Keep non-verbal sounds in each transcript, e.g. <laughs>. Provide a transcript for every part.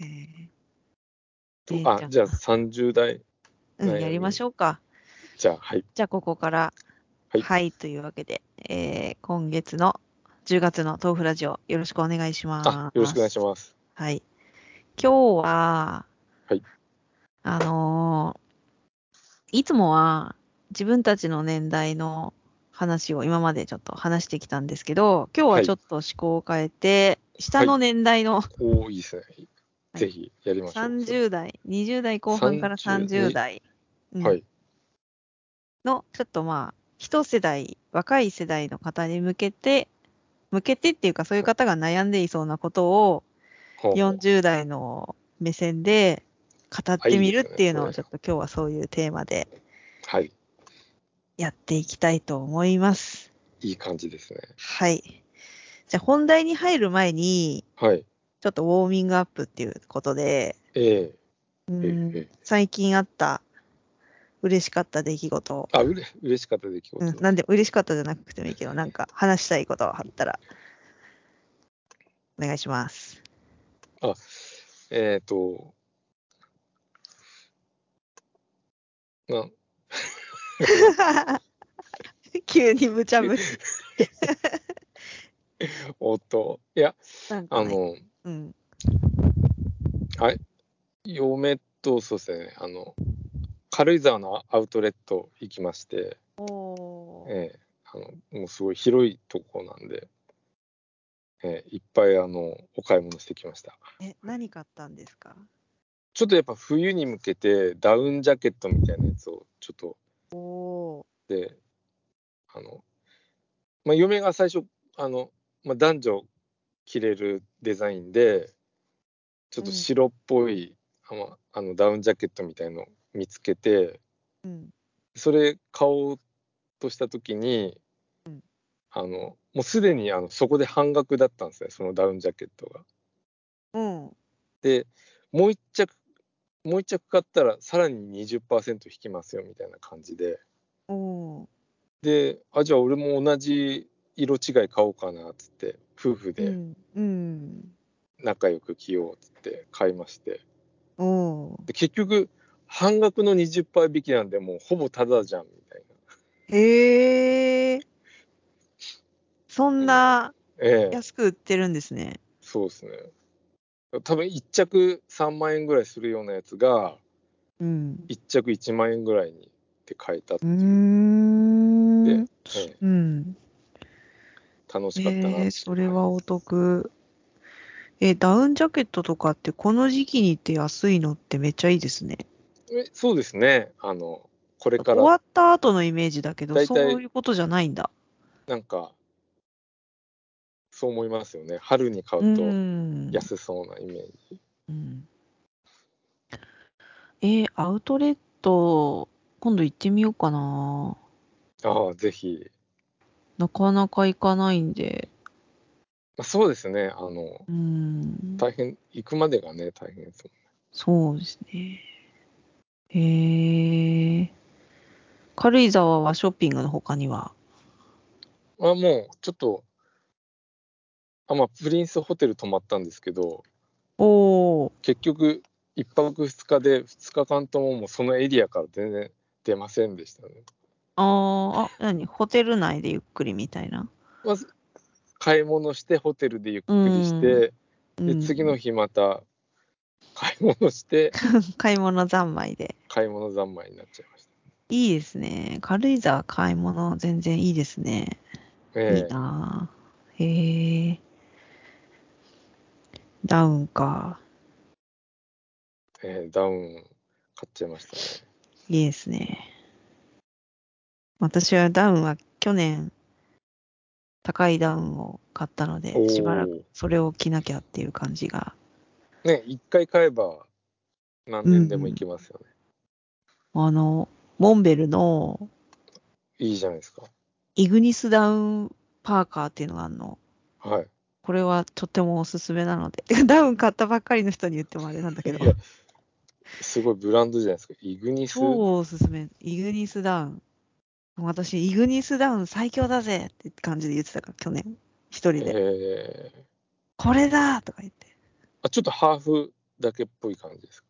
へえとえーあ、じゃあ30代。う悩ん、みやりましょうか。じゃあ、はい。じゃあ、ここから、はいというわけで、えー今月の10月の豆腐ラジオ、よろしくお願いします。あ、よろしくお願いします。はい。今日は、はいあのーいつもは自分たちの年代の話を今までちょっと話してきたんですけど、今日ははいちょっと思考を変えて、下の年代のおお、いいですね。いぜひやりましょう。 30代、20代後半から30 30代うんはい。の、ちょっとまあ、一世代、若い世代の方に向けて、向けてっていうか、そういう方が悩んでいそうなことを、ほう40代の目線で語ってみるっていうのをちょっと今日はそういうテーマではい。やっていきたいと思います。いい感じですね。はい。じゃあ本題に入る前に、はい。ちょっとウォーミングアップっていうことで、ええうええんええ最近あった嬉しかった出来事を、あ、うれ嬉しかった出来事。うん、なんで嬉しかったじゃなくてもいいけど、なんか話したいことがあったら、お願いします。 <laughs> えっ、と、な、急に無茶ぶり。おっと、いや、なんかあねの、うん。嫁と、そうですね、あの、軽井沢のアウトレット行きまして、おーええあのもうすごい広いとこなんで、ええいっぱいあのお買い物してきました。え、何買ったんですかちょっとやっぱ冬に向けてダウンジャケットみたいなやつをちょっとおーで、あの、まあ、嫁が最初、あの、まあ、男女着れるデザインで、ちょっと白っぽい、あのあのダウンジャケットみたいの見つけて、うん。それ買おうとした時に、あの、もうすでにあのそこで半額だったんですね、そのダウンジャケットが。うん。で、もう一着、もう一着買ったらさらに20%引きますよみたいな感じで、おーで、あ、じゃあ俺も同じ色違い買おうかなっつって、夫婦うでん。うん。仲良く着ようっつって買いまして、おーで結局、半額の20%引きなんで、もうほぼタダじゃんみたいな。へえ。そんなええ、安く売ってるんですね。そうですね。多分1着3万円ぐらいするようなやつが、うん。 1着1万円ぐらいにって買えたってうーいう、ん。ええうん。楽えしかったなっていうー、それはお得。え、ダウンジャケットとかってこの時期にって安いのってめっちゃいいですね。えそうですね。あの、これか終わら、った後のイメージだけど、大そ体ういうことじゃないんだ。なんか、そう思いますよね。春に買ううとん。安そうなイメージ。うんえーアウトレット、今度行ってみようかな。ああ、ぜひ。なかなか行かないんで。まあ、そうですね。あの、うん。大変、行くまでがね、大変ですもん。そうですね。えー、軽井沢はショッピングの他には。まあ、もう、ちょっと、あ、まあ、プリンスホテル泊まったんですけど、おー、結局、一泊二日で、二日間とももうそのエリアから全然出ませんでしたね。あー、あ、何ホテル内でゆっくりみたいな。まず、買い物して、ホテルでゆっくりして、ううでん次の日また買い物して買い物三昧で。買い物三昧になっちゃいました。いいですね。軽井沢買い物全然いいですね。いいええなぁ。へえ。ダウンか。ええダウン買っちゃいましたね。いいですね。私はダウンは去年、高いダウンを買ったのおで、ーしばらくそれを着なきゃっていう感じが。ね一回買えば何年でもいけますよね。あの、モンベルのいいじゃないですか。イグニスダウンパーカーっていうのがあるの。はい。これはとてもおすすめなので。て <laughs> かダウン買ったばっかりの人に言ってもあれなんだけどい。やすごいブランドじゃないですか。イグニス。超おすすめ。イグニスダウン。私、イグニスダウン最強だぜって感じで言ってたから、去年。一人で。ええこれだとか言って。あちょっとハーフだけっぽい感じですか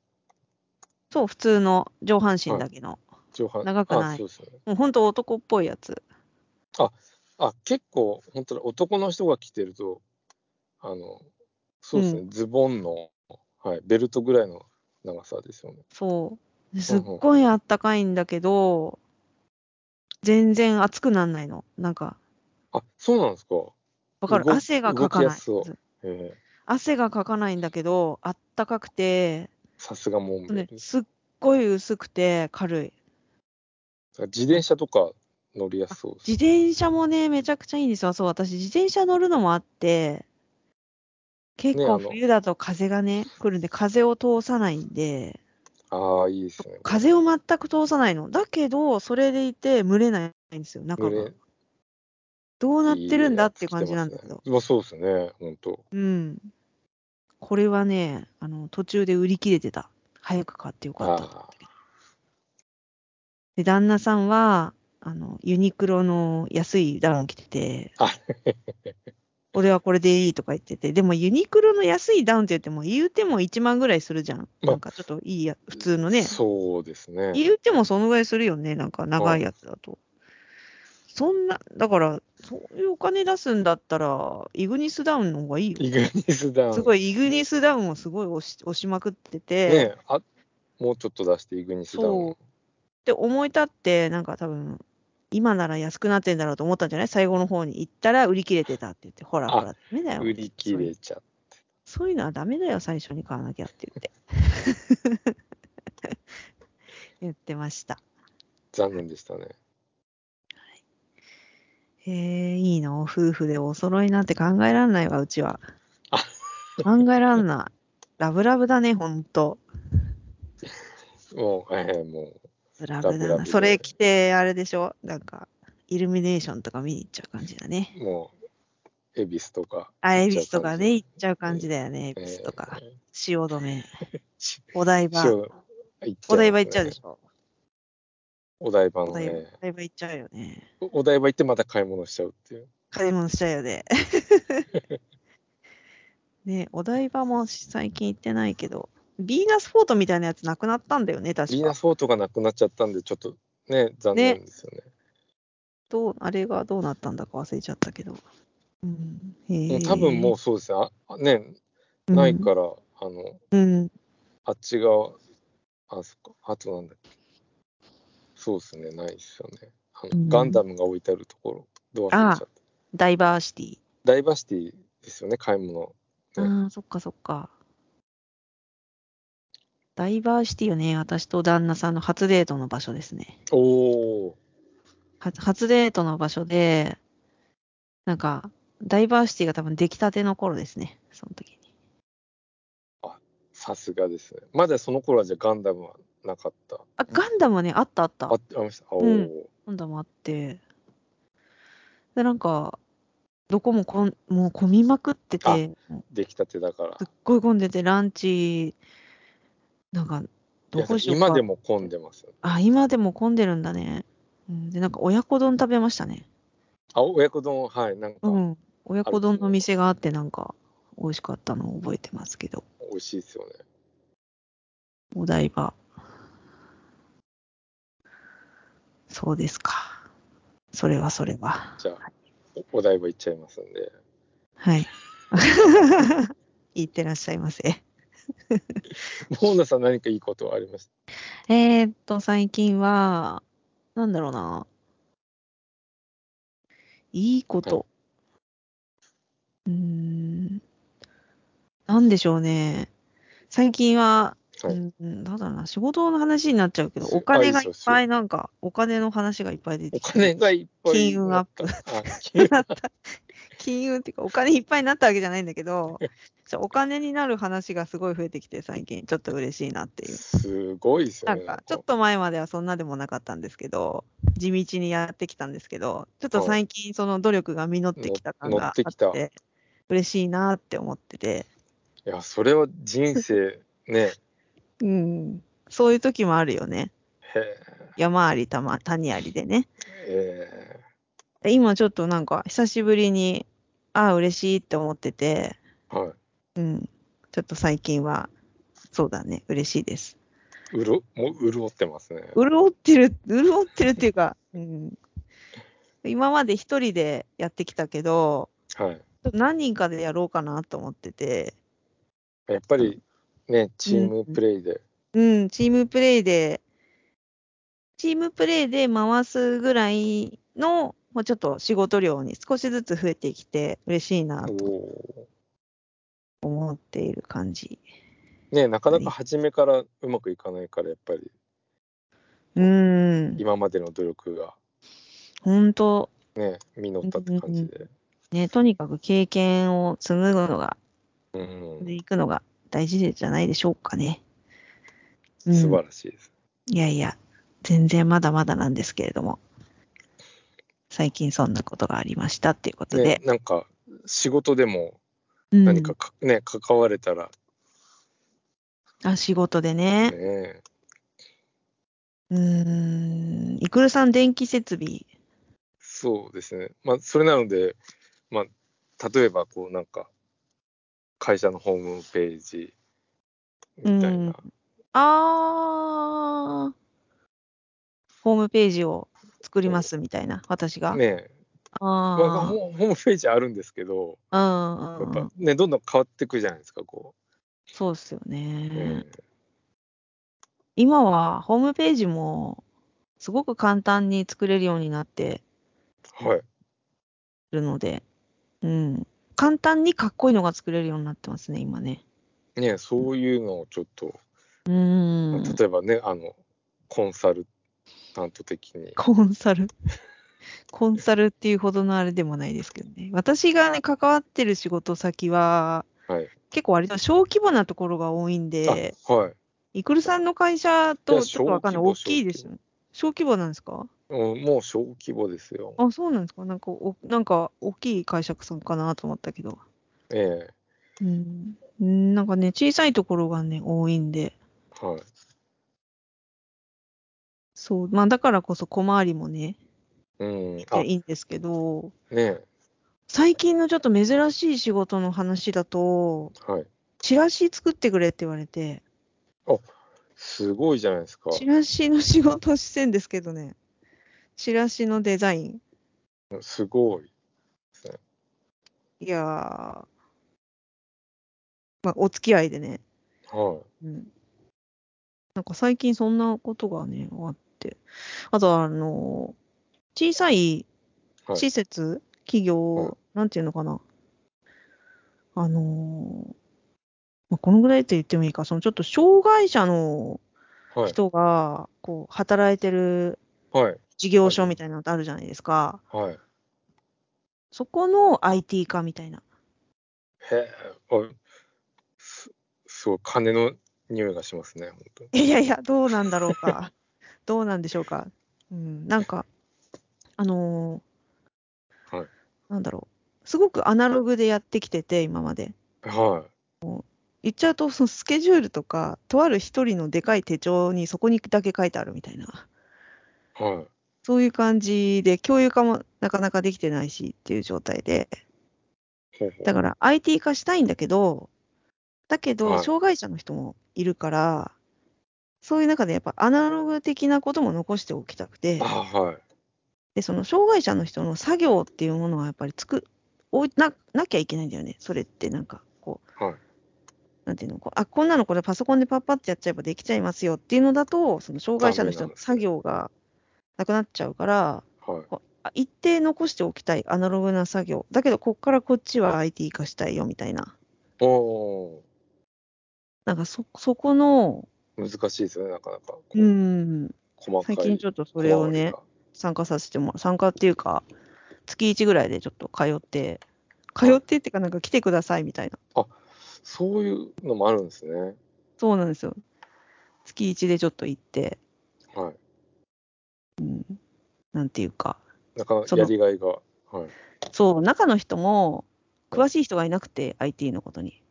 そう、普通の上半身だけの。上半長くないあそうですよねもう本当男っぽいやつ。あ結構本当だ男の人が着てるとあのそうですね、うズボンの、はい、ベルトぐらいの長さですよねそう。ですっごいあったかいんだけど、全然熱くなんないの。なんか、あそうなんですかわかる動き汗がかか動きなやいす。そうええ汗がかかないんだけど、あったかくて、さすがモンベねル、ですっごい薄くて軽い。自転車とか乗りやすそうです自転車もね、めちゃくちゃいいんですよ。そう、私、自転車乗るのもあって、結ねあ構の冬だと風がね、来るんで、風を通さないんで、ああいいですね風を全く通さないの。だけど、それでいて、蒸れないんですよ、中濡がれ。どうなってるんだっていいういや感つ着じてまなんすねだけど。まあそうですね本当うん。これはね、あの、途中で売り切れてた。早く買ってよかったと思ったけど。で、旦那さんは、あの、ユニクロの安いダウン着ててあ、 <laughs> <laughs> 俺はこれでいいとか言ってて、でもユニクロの安いダウンって言っても、言うても1万ぐらいするじゃん。あなんかちょっといいや、普通のね。そうですね言うてもそのぐらいするよね、なんか長いやつだと。そんな、だから、そういうお金出すんだったら、イグニスダウンの方がいいよ。イグニスダウンすごい、イグニスダウンをすごい押し押しまくってて、ねあもうちょっと出してイグニスダウンそうって思い立って、なんか多分、今なら安くなってんだろうと思ったんじゃない最後の方に行ったら売り切れてたって言って、ほらあほら、ダメだよ。売り切れちゃうそういうのはダメだよ、最初に買わなきゃって言って。 <laughs> 言ってました。残念でしたねえー、いいの夫婦でお揃いなんて考えらんないわ、うちは。考えらんない。ラブラブだね、ほんと。もうええもラブだな。ラブラブでそれ着て、あれでしょなんか、イルミネーションとか見に行っちゃう感じだね。うもう恵比寿とかあ、恵っちゃう比感じ寿とかね、行っちゃう感じだよね、恵比寿とか。汐 <laughs> 留。お台場。塩行っちゃいますねお台場行っちゃうでしょ。お台場おの台場ねお台場行っちゃうよね。お台場行ってまた買い物しちゃうっていう買い物しちゃうよ <laughs> ね。ねお台場も最近行ってないけど、ヴィーナスフォートみたいなやつなくなったんだよね、ヴィ確ーナか。スフォートがなくなっちゃったんでちょっとね残念ですよねどうあれがどうなったんだか忘れちゃったけど。うん、へもえう多分もうそうですねあねないから、あのうん。うんあっち側、あ、そっか、あとなんだっけ。そうですね、ないっすよね。あの、うんガンダムが置いてあるところ、ドア閉めちゃった。ダイバーシティ。ダイバーシティですよね、買い物。ああ、そっかそっか。ダイバーシティよね、私と旦那さんの初デートの場所ですね。おー、初初デートの場所で、なんか、ダイバーシティが多分出来たての頃ですね、その時に。さすがですね。まだその頃はじゃあガンダムはなかった。あ、ガンダムはね、あったあった。あ、ありました。おー、うんガンダムあって。で、なんか、どこもこん、もう混みまくってあて、もう出来たてだからすっ。ごい混んでて、ランチ、なんか、どこいしやようか。今でも混んでますよね。あ、今でも混んでるんだね。うん、で、なんか親子丼食べましたね。あ、親子丼、はい、なんか、うん。親子丼の店があって、なんか、美味しかったのを覚えてますけど、美味しいですよね。お台場。そうですか。それはそれは。じゃあ、おお台場行っちゃいますんで。はい。 <laughs> いってらっしゃいませ。モーナさん、何かいいことはありましたえーっと、最近は、なんだろうな。いいこと。うーん。なんでしょうね。最近は、はいうーん、なんだろうな、仕事の話になっちゃうけど、すお金があいいいっですよぱい、なんか、お金の話がいっぱい出おてきて、金がいっぱい。金運アップあ。金運金運っていうか、お金いっぱいになったわけじゃないんだけ <laughs> ど、ちょお金になる話がすごい増えてきて、最近、ちょっと嬉しいなっていう。すごいですよなんね。か、ちょっと前まではそんなでもなかったんですけど、地道にやってきたんですけど、ちょっと最近、その努力が実ってきた感乗があってきたって、嬉しいなって思ってて、いや、それは人 <laughs> 生ね。うん、そういう時もあるよね。へえ山あり谷谷ありでね。えで今ちょっとなんか久しぶりに、ああ、嬉しいって思ってて、えはい。うん、ちょっと最近はそうだね。嬉しいです。うるもう潤ってますね。潤ってる、潤ってるっていうか、うん、今まで一人でやってきたけど、はい。何人かでやろうかなと思ってて、やっぱりね、チームプレイで。うん、チームプレイで、チームプレイで回すぐらいの、もうちょっと仕事量に少しずつ増えてきて嬉しいなおとお思っている感じ。ー。ね、なかなか初めからうまくいかないから、やっぱりうん、今までの努力が本当ね、実ったって感じで。ね、とにかく経験を積むのが、うん、でいくのが大事じゃないでしょうかね。うん素晴らしいです。いやいや、全然まだまだなんですけれども、最近そんなことがありましたっていうことで、ね、なんか仕事でもうん何かかね、関われたらあ仕事でね、ね、うーん、いくるさん、電気設備、そうですね。まあ、それなので、まあ、例えばこうなんか会社のホームページみうたいんな、あー、ホームページを作りますみたいな、私が。ね、まあ、あホホームページあるんですけど、あ、うんうやっんうぱん、ね、どんどん変わっていくじゃないですか、こそうっすよう。ねね。今はホームページもすごく簡単に作れるようになってはい。るので、うん、簡単にかっこいいのが作れるようになってますね、今ね。ね、そういうのをちょっと、うーん。例えばね、あの、コンサルタント的に。コンサル。コンサルっていうほどのあれでもないですけどね。私がね、関わってる仕事先は、はい結構割と小規模なところが多いんで、あはい。イクルさんの会社いやとちょっとわかんない。小規模大きいですよね。小規模なんですかうんもう小規模ですよ。あ、そうなんですかなんかお、なんか大きい会社さんかなと思ったけど。えうえん。うんなんかね、小さいところがね、多いんで。はい。そう。まあ、だからこそ小回りもね、うん。いやあ、いいんですけど、ね最近のちょっと珍しい仕事の話だと、はい。チラシ作ってくれって言われて、すごいじゃないですか。チラシの仕事をしてんですけどね、チラシのデザイン。すごい。いやー、まあ、お付き合いでね、はうん。なんか最近そんなことがね、あって。あと、あのー、小さいはい施設、企業、はいなんていうのかな。あのーまあ、このぐらいって言ってもいいか、そのちょっと障害者のい。はい。人が、こう、働いてるはい。事業所みたいなのってあるじゃないですか。はい。へそこの IT 化みたいな。 <laughs> え。あすすごい、金の匂いがしますね、本当に。いやいや、どうなんだろうか。 <laughs> どうなんでしょうか。うん、なんか、あのーはいなんだろう。すごくアナログでやってきてて、今まで。は言っちゃうと、そのスケジュールとか、とある一人のでかい手帳にそこにだけ書いてあるみたいな。い。はそういう感じで、共有化もなかなかできてないしっていう状態で。い。ほうほうだから IT 化したいんだけど、だけはど、い障害者の人もいるから、そういう中でやっぱアナログ的なことも残しておきたくて、あ、はい。で、その障害者の人の作業っていうものはやっぱりつく、おいな、なきゃいけないんだよね。それってなんか、こう、はい。なんていうの、こうあ、こんなのこれパソコンでパッパってやっちゃえばできちゃいますよっていうのだと、その障害者の人の作業がなくなっちゃうから、はい。あ一定残しておきたいアナログな作業。だけど、こっからこっちは IT 化したいよみたいな。おおなんかそ、そこの、ー。難しいですよね、なかなか。こううん、細かい。最近ちょっとそれをね、小参加させてもら参加っていうか、月1ぐらいでちょっと通って、通ってっていうか、なんか来てくださいみたいな。回りがそういうのもあるんですね。そうなんですよ。月1でちょっと行って、はい。なんていうか、なかなそのかやりがいが。はい。そう、中の人も、詳しい人がいなくて、IT のことに。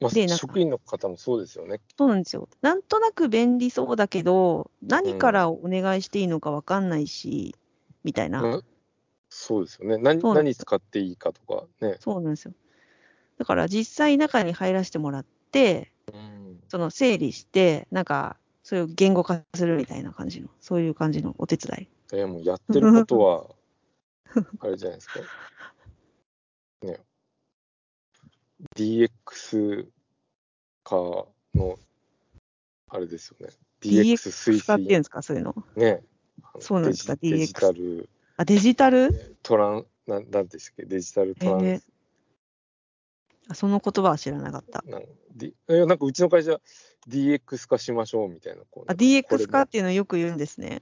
まあ、でなんか職員の方もそうですよね。そうなんですよ。なんとなく便利そうだけど、何からお願いしていいのか分かんないし、みたいな。うんそうですよね。何そうなんで何すよ使っていいかとかね。そうなんですよ。だから実際中に入らせてもらって、うんその整理して、なんか、それを言語化するみたいな感じの、そういう感じのお手伝い。えもうやってるこ <laughs> とはあれじゃないですかね DX 化のあれですよね DX 推使ってるん進ですか、そういうの。ねあのそうなんですかデジ DX デジタルあ、デジタルトランなんなんでしたっけデジタルトランス、えあその言葉は知らなかった。なん D いやなんかうちの会社 DX 化しましょうみたいなこうあ、なんかこれ DX 化もっていうのよく言うんですね。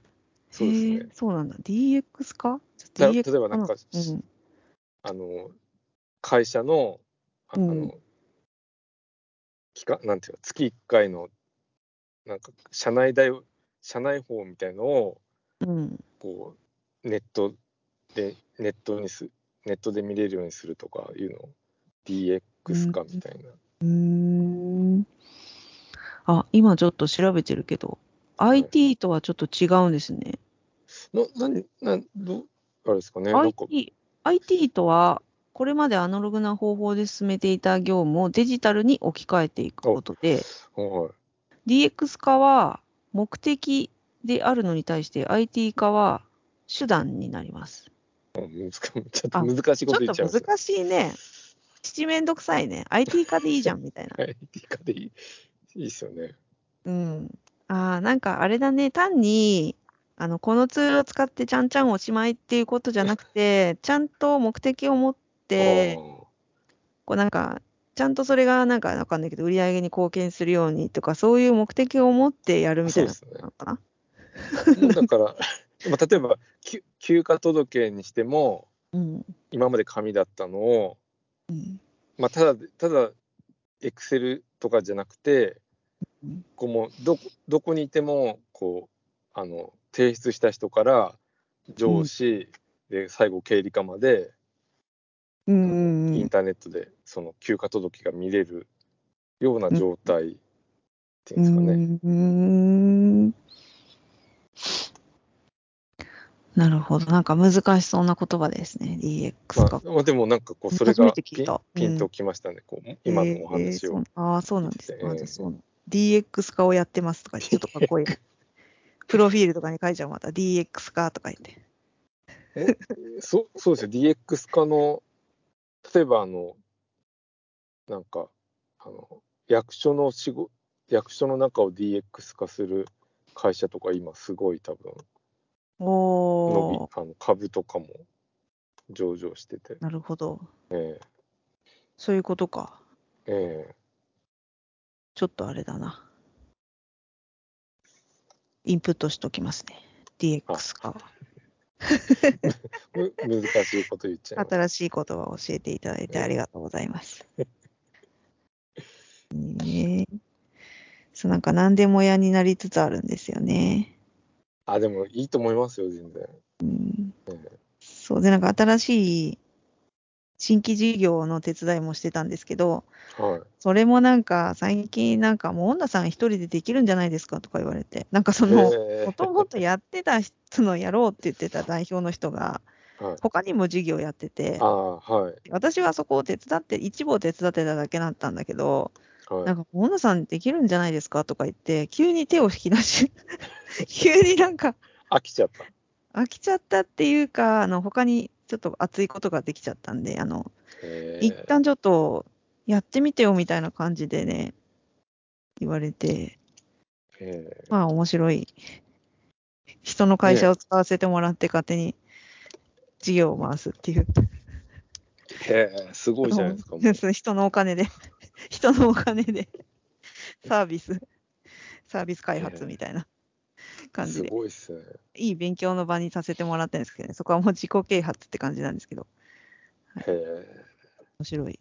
そうですねへえそうなんだ。DX 化ちょっとた DX 例えばなんかうん、あの会社のああうんの、期間なんていうか月1回のなんか社内代社内法みたいのをうん。こうネットでネットにすネットで見れるようにするとかいうのを DX 化みたいな、うーんあ、今ちょっと調べてるけど、い IT とはちょっと違うんですね。ななんなんどうあれですかねなんか IT, IT とは、これまでアナログな方法で進めていた業務をデジタルに置き換えていくことで、はい DX 化は目的であるのに対して IT 化は手段になります。うん難しちょっと難しいちょこと言っっとちゃいました難しいね。七面倒くさいね。IT 化でいいじゃんみたいな。 <laughs> はい理科でいいいいっすよねうん。ああ、なんかあれだね。単に、あの、このツールを使ってちゃんちゃんおしまいっていうことじゃなく <laughs> て、ちゃんと目的を持って、こうなんか、ちゃんとそれがなんかわかんないけど、売り上げに貢献するようにとか、そういう目的を持ってやるみたいなそうですねなのかな。あーもうだから <laughs> まあ例えば休休暇届にしてもうん。今まで紙だったのをうん。まあ、ただ、ただ、エクセルとかじゃなくてうん、こうもうどこどこにいてもこうあの提出した人から上司、で最後経理課までうんうんうんインターネットでその休暇届が見れるような状態っていうんですかね。うーんなるほど。なんか難しそうな言葉ですね。DX まか。あ、まあでもなんかこうそれ初がめてピ聞いたンピンときましたね、こう今のお話えーをえー。そうああ、そうなんです。えーあじゃあそう DX 化をやってますとか言って、ちょっとかっ <laughs> こいい。プロフィールとかに書いちゃうまた DX 化とか言って。そそうですよ DX 化の例えばあのなんかあの役所の仕事役所の中を DX 化する会社とか今すごい多分伸おー、びあの株とかも上場してて、なるほど。えそういうことか。えええちょっとあれだな。インプットしときますね。DX 化。む <laughs> 難しいこと言っちゃいます。新しい言葉を教えていただいてありがとうございます。ねえそうなんか何でも屋になりつつあるんですよね。あでもいいと思いますよ全然。うんえそうでなんか新しい新規事業の手伝いもしてたんですけど、えはい。それもなんか最近なんかもう女さん一人でできるんじゃないですかとか言われて、なんかそのええもともとやってた人のやろうって言ってた代表の人がはい、他にも事業やっててあ、あはい私はそこを手伝って、一部を手伝ってただけだったんだけど、はい。なんか、小野さんできるんじゃないですかとか言って、急に手を引き出し、 <laughs> 急になんか飽きちゃった。飽きちゃったっていうか、あの、他にちょっと熱いことができちゃったんで、あの、ええ一旦ちょっとやってみてよみたいな感じでね、言われて、ええまあ面白い。人の会社を使わせてもらって勝手に事業を回すっていう。ええすごいじゃないですか。もうそう人のお金で、 <laughs> 人のお金で、サービス、サービス開発みたいな <laughs> 感じすで、ごいっすね。いい勉強の場にさせてもらったんですけどね、そこはもう自己啓発って感じなんですけど、ええ面白い。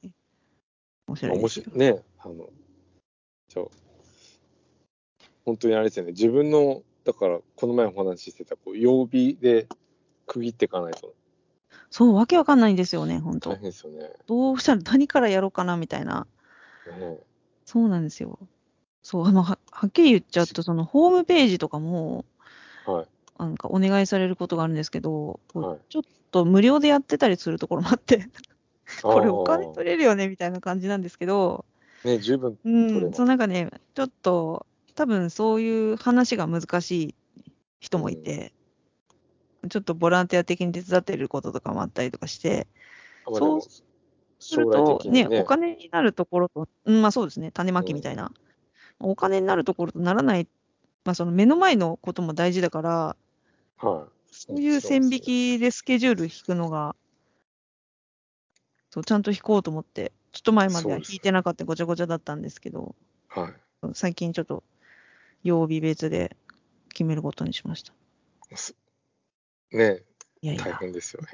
面白い面です白よ。いねあのじゃあ本当にあれですよね自分のだからこの前お話ししてたこう曜日で区切っていかないとそう、わけわかんないんですよね、本大当変ですよね。どうしたら、何からやろうかなみたいな。ねそうなんですよ。そう、あの、ははっきり言っちゃうと、そのホームページとかも、はいなんかお願いされることがあるんですけど、こうはい。ちょっと無料でやってたりするところもあって、これお金あ取れるよねみたいな感じなんですけど、ね、十分う取れん、ばそうなんかね、ちょっと、多分そういう話が難しい人もいて、ちょっとボランティア的に手伝ってることとかもあったりとかして、まあそうでもする将来と的にねね、お金になるところと、うんまあそうですね、種まきみたいな、お金になるところとならない、まあその目の前のことも大事だから、はそういう線引きでスケジュール引くのが、そうちゃんと引こうと思って、ちょっと前までは引いてなかったごちゃごちゃだったんですけど、い、は最近ちょっと曜日別で決めることにしました。い、ね、いやい大や、変ですよね。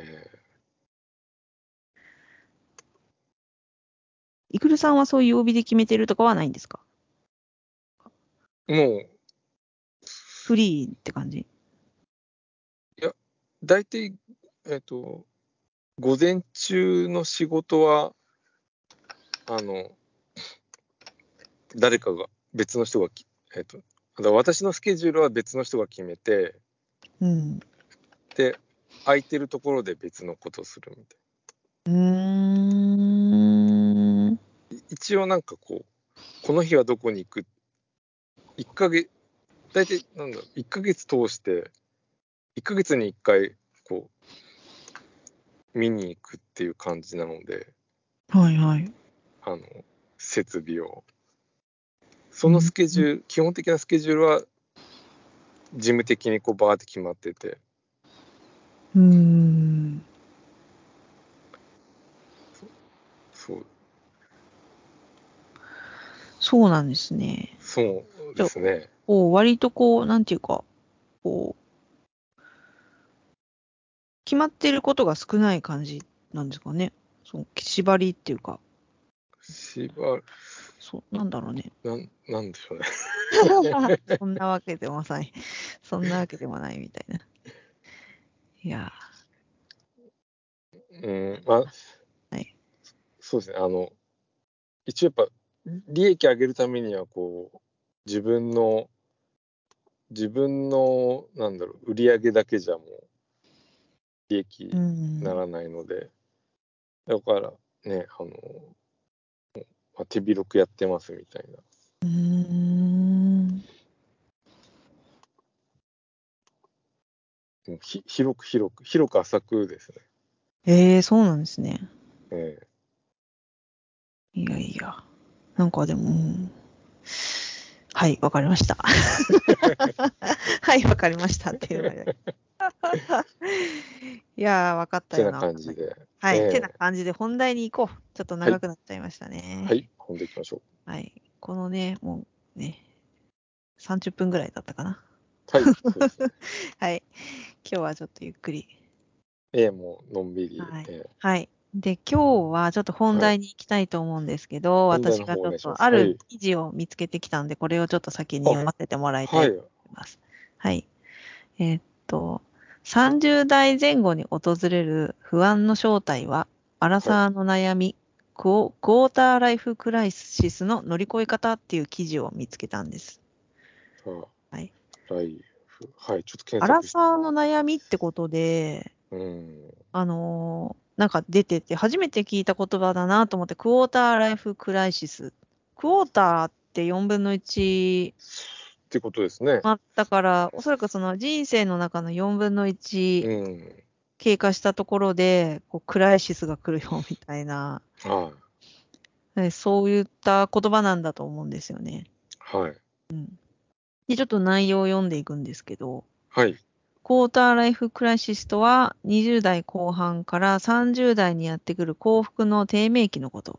イクルさんはそういう曜日で決めてるとかはないんですかもう、フリーって感じ大体、えっと、午前中の仕事は、あの、誰かが、別の人がき、えっと、だから私のスケジュールは別の人が決めて、うん。で、空いてるところで別のことをするみたいな。うーん。一応なんかこう、この日はどこに行く、1ヶ月、大体なんだろう、1ヶ月通して、1ヶ月に1回、こう、見に行くっていう感じなので、はいはい。あの、設備を。そのスケジュール、基本的なスケジュールは、事務的にこう、バーって決まってて、うーん。そう、そうなんですね。そうですね。こう割とこう、なんていうか、こう、決まってることが少ない感じなんですかね。そう縛りっていうか、しそうなんだろうね。なん、なんでしょうね。 <laughs> そんなわけでもない。そんなわけでもないみたいな。いやうん、まあ、はいそうですね、あの、一応やっぱ、利益上げるためには、こう、自分の、自分の、なんだろう、売り上げだけじゃもう、利益ー、うん。ならないので、だから、ね、あの、まあ、手広くやってますみたいな。うーん。もうひ広く広く、広く浅くですね。ええそうなんですね。ええいやいや。なんかでも、うんはい、わかりました。 <laughs> はい、わかりましたっていうので。 <laughs> いやー、わかったてよなな。感じで、はい、ええてな感じで本題に行こう。ちょっと長くなっちゃいましたね。はい、本でいきましょはい。このね、もうね、30分ぐらいだったかな。う。 <laughs> はい、そうですね。はい。今日はちょっとゆっくり。ええもう、のんびり、はいええはい。で、今日はちょっと本題に行きたいと思うんですけど、はい私がちょ本題の方お願っいしますとあはいる記事を見つけてきたんで、これをちょっと先に読ませてもらいたはいとい、思います。はい。えーっと、30代前後に訪れる不安の正体は、アラサーの悩み、クォクォーターライフクライシスの乗り越え方っていう記事を見つけたんです。はいライフ。はい、ちょっと検アラ索して。サーの悩みってことで、うん。あのーなんか出てて、初めて聞いた言葉だなと思って、クォーターライフクライシス。クォーターって4分の1ってことですね。あったから、おそらくその人生の中の4分のう1ん。経過したところで、こうクライシスが来るよみたいな、はえそういった言葉なんだと思うんですよね。い。はい。で、ちょっと内容を読んでいくんですけど、はい。クォーターライフクライシスとは、20代後半から30代にやってくる幸福の低迷期のこと。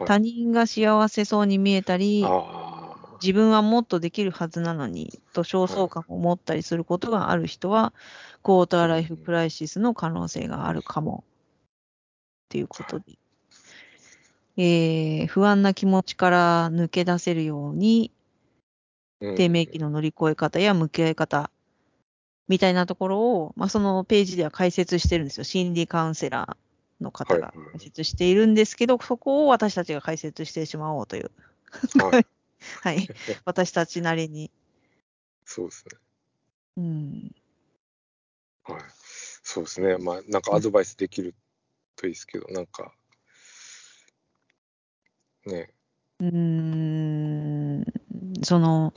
は他い。人が幸せそうに見えたり、ああ。自分はもっとできるはずなのに、と焦燥感を持ったりすることがある人は、クォーターライフクライシスの可能性があるかも。っていうことで。えー、不安な気持ちから抜け出せるように、うん低迷期の乗り越え方や向き合い方みたいなところを、まあ、そのページでは解説してるんですよ。心理カウンセラーの方がはいはい解説しているんですけど、そこを私たちが解説してしまおうという、はい。はい、私たちなりに。そうですね。うん、はい。そうですね。まあ、なんかアドバイスできるといいですけど、なんか、ね、うーん、その、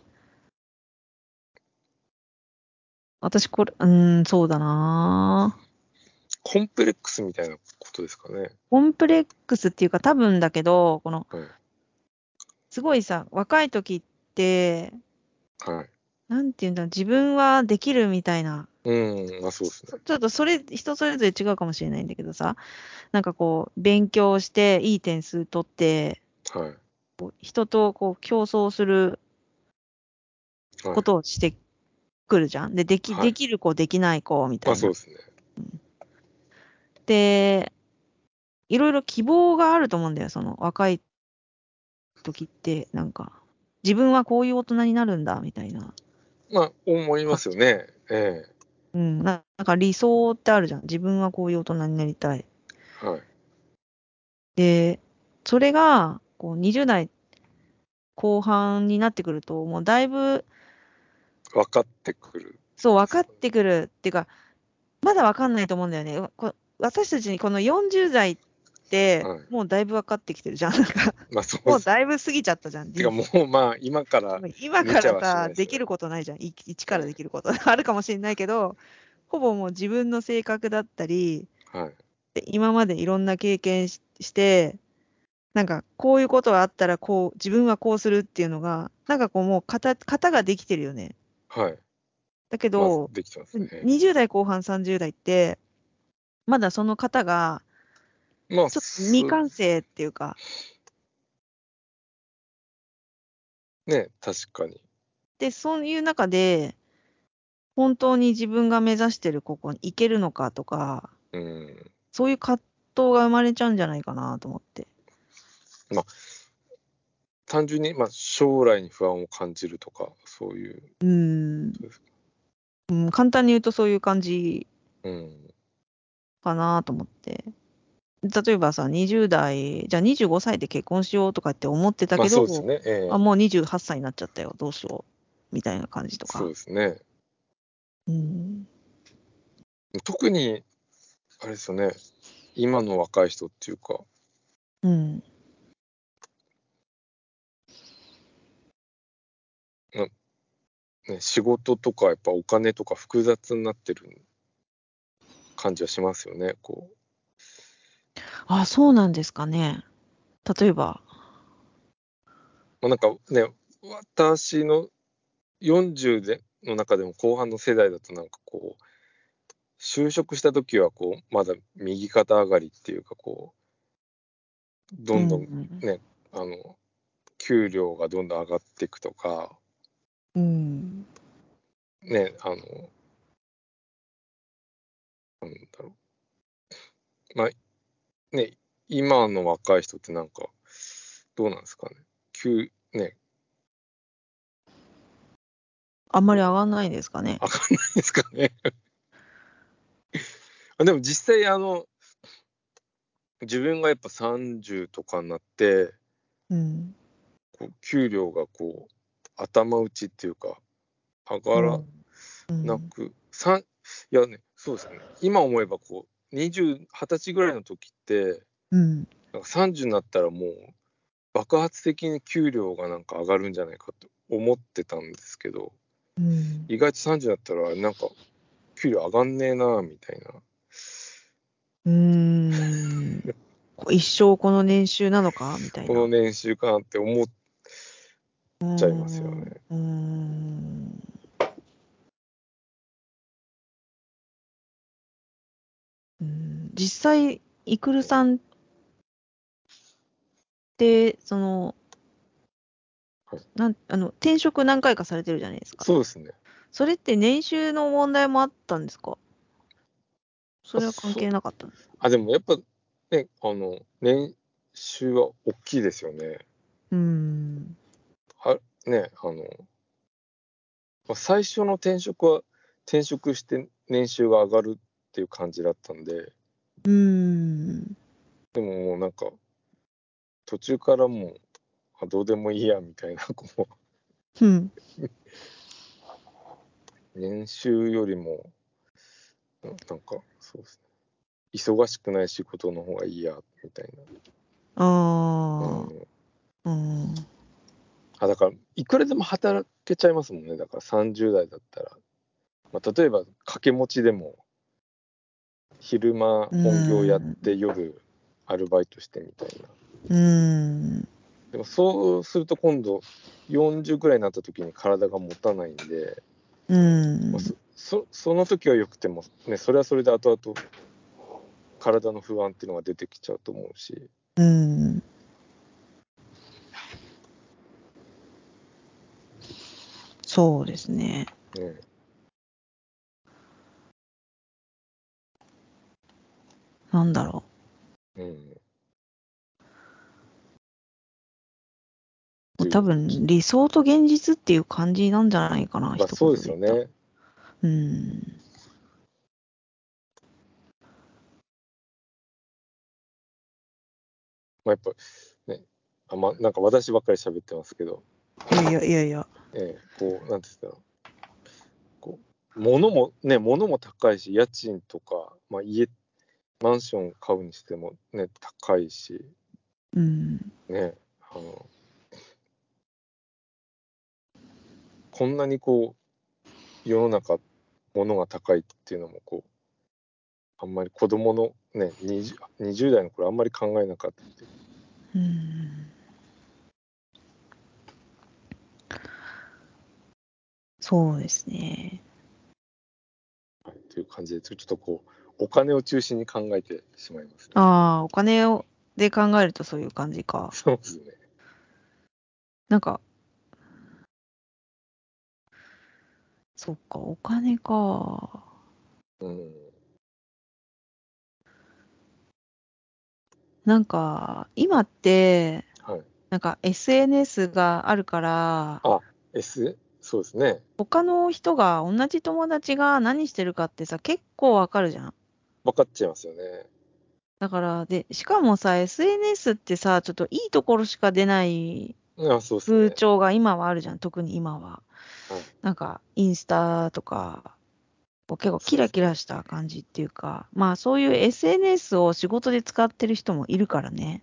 私これ、うーん、そうだなぁコンプレックスみたいなことですかね。コンプレックスっていうか多分だけど、この、はい。すごいさ、若い時って、はい。なんていうんだろう、自分はできるみたいな、うん、まあそうですね。ちょっとそれ、人それぞれ違うかもしれないんだけどさ、なんかこう、勉強して、いい点数取って、はい。人とこう競争するはいことをしてくるじゃん。で、でき、はいできる子、できない子、みたいまあな。そうですね。で、いろいろ希望があると思うんだよ、その若い時って、なんか、自分はこういう大人になるんだ、みたいな。まあ思いますよね。えうん、ななんか理想ってあるじゃん。自分はこういう大人になりたい。えはい。で、それが、こう、20代後半になってくると、もうだいぶ、分かってくる。そう、分かってくるっていうか、まだ分かんないと思うんだよね。うこ私たちにこの40代ってはい、もうだいぶ分かってきてるじゃん。なん <laughs> か、まあそうもでうす。だいぶ過ぎちゃったじゃん。てかもうまあ今から、今見かちゃらはしないさ、ですねできることないじゃん。い一からできること <laughs> あるかもしれないけど、ほぼもう自分の性格だったり、はい。で今までいろんな経験しして、なんかこういうことがあったらこう、自分はこうするっていうのが、なんかこうもう型型ができてるよね。はい。だけまあど、できてますね。 20代後半、30代って、まだその方が、まあちょっと未完成っていうか、ね、確かに。で、そういう中で、本当に自分が目指してるここに行けるのかとか、うん。そういう葛藤が生まれちゃうんじゃないかなと思って。単純に、まあ、将来に不安を感じるとか、そういう。うーんそうです。うん、簡単に言うとそういう感じうん。かなと思って。例えばさ、20代、じゃあ25歳で結婚しようとかって思ってたまけあそど、うですね。ええあもう28歳になっちゃったよ、どうしよう、みたいな感じとか。そうですね。うん、特に、あれですよね。今の若い人っていうか、うん、ね、仕事とかやっぱお金とか複雑になってる感じはしますよね。こう。あ、そうなんですかね。例えば、まあ、なんかね、私の40での中でも後半の世代だとなんかこう、就職した時はこう、まだ右肩上がりっていうかこう、どんどんう、んあの、給料がどんどん上がっていくとか、うん、ね、あの、なんだろう。まあ、ね、今の若い人ってなんか、どうなんですかね。急、ね、あんまり上がんないですかね。上がんないですかね。 <laughs> あでも実際、あの、自分がやっぱ30とかになって、うん、こう給料がこう、頭打ちっていうか、上がら、うんなく、三いやね、そうですね、今思えばこう、20、20歳ぐらいの時って、うん、なんか30になったらもう、爆発的に給料がなんか上がるんじゃないかと思ってたんですけど、うん、意外と30になったら、なんか、給料上がんねえな、みたいな。うー <laughs> ん。こう一生この年収なのかみたいこな。の年収かなって思っちゃいますよね。うーん。うーん実際、イクルさんって、そのはい、なんあの転職何回かされてるじゃないですか。そうですね。それって年収の問題もあったんですかそれは関係なかったのあ、でもやっぱ、ね、あの、年収は大きいですよね。うーん。はね、あの、まあ最初の転職は、転職して年収が上がるっていう感じだったんで、うーん。でももうなんか、途中からもう、あどうでもいいやみたいな、 <laughs> こうん。う、年収よりも、ななんか、そうですね。忙しくない仕事の方がいいや、みたいな。あうんあ。うん。だからいくらでも働けちゃいますもんねだから30代だったら、まあ、例えば掛け持ちでも昼間本業やって夜アルバイトしてみたいな、うん。でもそうすると今度40ぐらいになった時に体が持たないんで、うんまあ。そそその時はよくても、ね、それはそれで後々体の不安っていうのが出てきちゃうと思うしうん。そうですね。ねなんだろうんう。もう多分、理想と現実っていう感じなんじゃないかな。まあ一言そうですよ言っねた。うん。まあ、やっぱねあ、まあ、なんか私ばっかり喋ってますけど、いやいやいやいや。ええこうなんて言ったらこう物もね物も高いし家賃とか、まあ、家マンション買うにしてもね高いしうん。ねあのこんなにこう世の中物が高いっていうのもこうあんまり子供のね 20, 20代の頃あんまり考えなかったっていううん。そうですね。はいという感じで、ちょっとこう、お金を中心に考えてしまいます、ね。ああ、お金をで考えるとそういう感じか。そうですね。なんか、そっか、お金か。うん。なんか、今って、はい。なんか SNS があるから、 S? そうですね。他の人が、同じ友達が何してるかってさ、結構わかるじゃん。分かっちゃいますよね。だから、で、しかもさ、SNS ってさ、ちょっといいところしか出ないあそうです風ね。潮が今はあるじゃん、特に今ははい。なんか、インスタとか、こう結構キラキラした感じっていうか、まあそういう SNS を仕事で使ってる人もいるからね。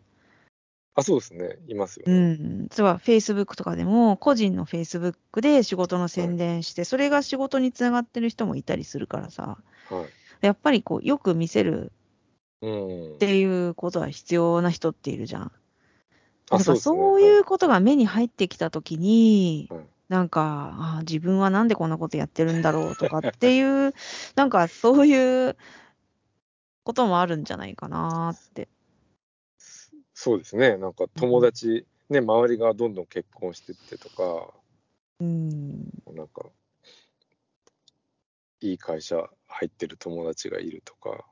あ、そうですね。いますようね。ん。例えば Facebook とかでも、個人の Facebook で仕事の宣伝して、それが仕事につながってる人もいたりするからさ、はい。やっぱりこう、よく見せるうんっ。ていうことは必要な人っているじゃん。あ、だからそうですね。そうはいうことが目に入ってきたときに、はいなんか、あー自分はなんでこんなことやってるんだろうとかっていう、 <laughs> なんかそういうこともあるんじゃないかなって。そうですね。なんか友達、ね、周りがどんどん結婚してってとか、うん、なんか、いい会社入ってる友達がいるとか。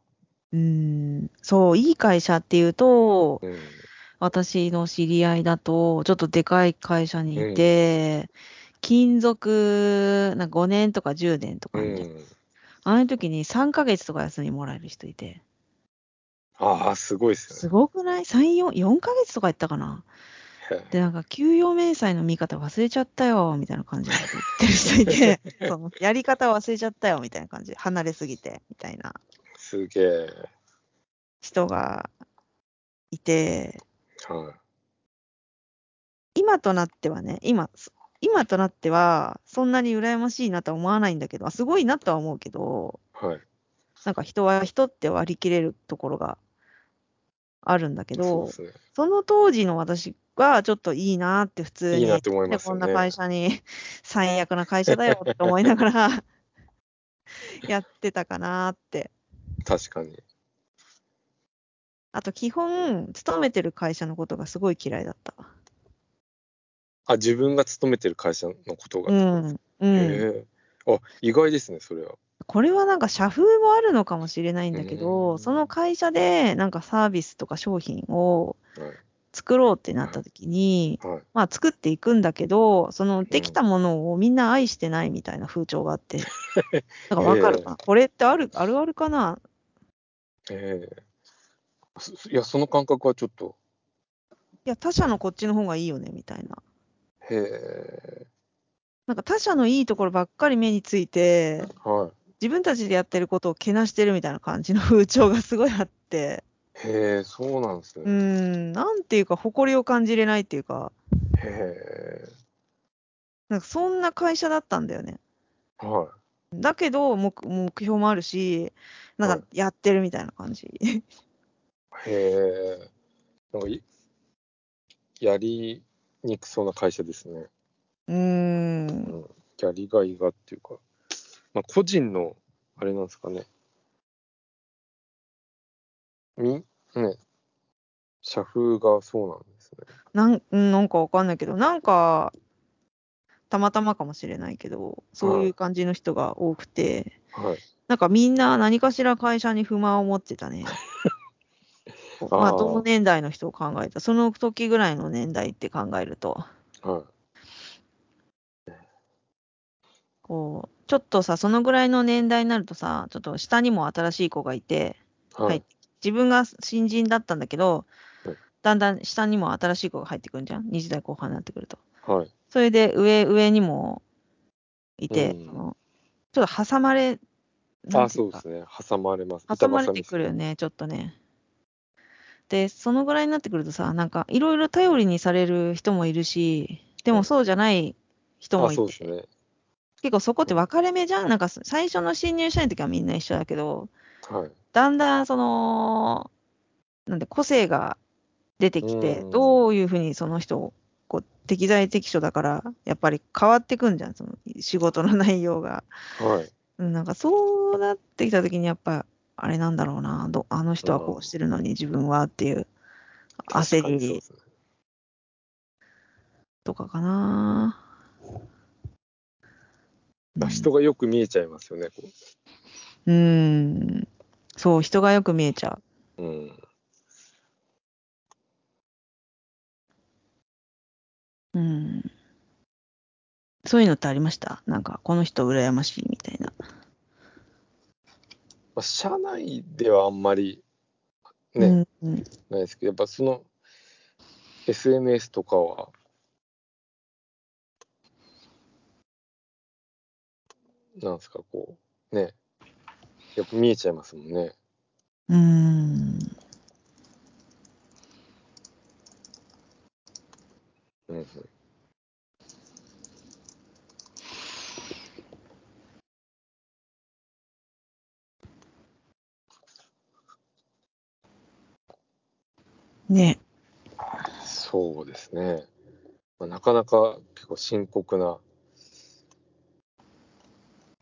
うん、そう、いい会社っていうと、うん。私の知り合いだと、ちょっとでかい会社にいて、勤続なんか5年とか10年とかうに、ねん。あの時に3ヶ月とか休みもらえる人いて。ああ、すごいですすね。ごくない ?3、4、4ヶ月とか言ったかなで、なんか、給与明細の見方忘れちゃったよ、みたいな感じで言ってる人いて、 <laughs> そのやり方忘れちゃったよ、みたいな感じで、離れすぎて、みたいなすげえ。人がいて、はい。今となってはね、今、そ今となっては、そんなに羨ましいなとは思わないんだけど、あすごいなとは思うけど、はい。なんか人は人って割り切れるところがあるんだけそうどで、すね。その当時の私はちょっといいなって普通に。いいなって思いますよこんねな会社に <laughs> 最悪な会社だよって思いながら <laughs> やってたかなって。確かに。あと基本、勤めてる会社のことがすごい嫌いだった。あ、自分が勤めてる会社のことが。うへん。うん。えあ、意外ですね、それは。これはなんか社風もあるのかもしれないんだけうど、んその会社でなんかサービスとか商品をはい。作ろうってなった時に、はい。まあ作っていくんだけど、そのできたものをみんな愛してないみたいな風潮があって、 <laughs> なんかわかるかな、これってあるあるあるかなええそいや、その感覚はちょっと。いや、他社のこっちの方がいいよねみたいな。へえなんか他社のいいところばっかり目について、は自分たちでやってることをけなしてるみたいな感じの風潮がすごいあって、い。へえそうなんですうーね。ん、なんていうか、誇りを感じれないっていうか、へえなんかそんな会社だったんだよね。はい。だけど目、目標もあるし、なんかやってるみたいな感じ。へえ。なんかい、やりにくそうな会社ですね。うーん。やりがいがっていうか、まあ、個人の、あれなんですかね。み、ね、社風がそうなんですね。なんうんなんかわかんないけど、なんか、たまたまかもしれないけど、そういう感じの人が多くて、はい。なんかみんな何かしら会社に不満を持ってたね。まあ、ー同年代の人を考えた。その時ぐらいの年代って考えると、はこう、ちょっとさ、そのぐらいの年代になるとさ、ちょっと下にも新しい子がいて、い。ははいい。自分が新人だったんだけどはい、だんだん下にも新しい子が入ってくるじゃん。20代後半になってくると。はい。それで上、上にもいて、うんそのちょっと挟まれ、なあんていそううでかすね。挟まれます。挟まれてくるよ板挟ね、ちょっとね。で、そのぐらいになってくるとさ、なんかいろいろ頼りにされる人もいるし、ではもいそうじゃない人みもあいそうて、ですね。結構そこって分かれ目じゃん。なんか最初の新入社員の時はみんな一緒だけど、はい。だんだんその、なんで個性が出てきてう、んどういうふうにその人を、こう適材適所だから、やっぱり変わってくんじゃん、その仕事の内容が。はい。うんなんかそうなってきたときにやっぱあれなんだろうなどあの人はこうしてるのに自分はっていう焦確かにそうでりすね。とかかな、うん人がよく見えちゃいますよね。こうんそう人がよく見えちゃううん。う、うん、そういうのってありましたなんかこの人羨ましいみたいなまあ、社内ではあんまりね、うんうんないですけど、やっぱその SNS とかは、なんですか、こう、ね、やっぱ見えちゃいますもんね。うんうんうん、ねそうですね。まあ、なかなか結構深刻な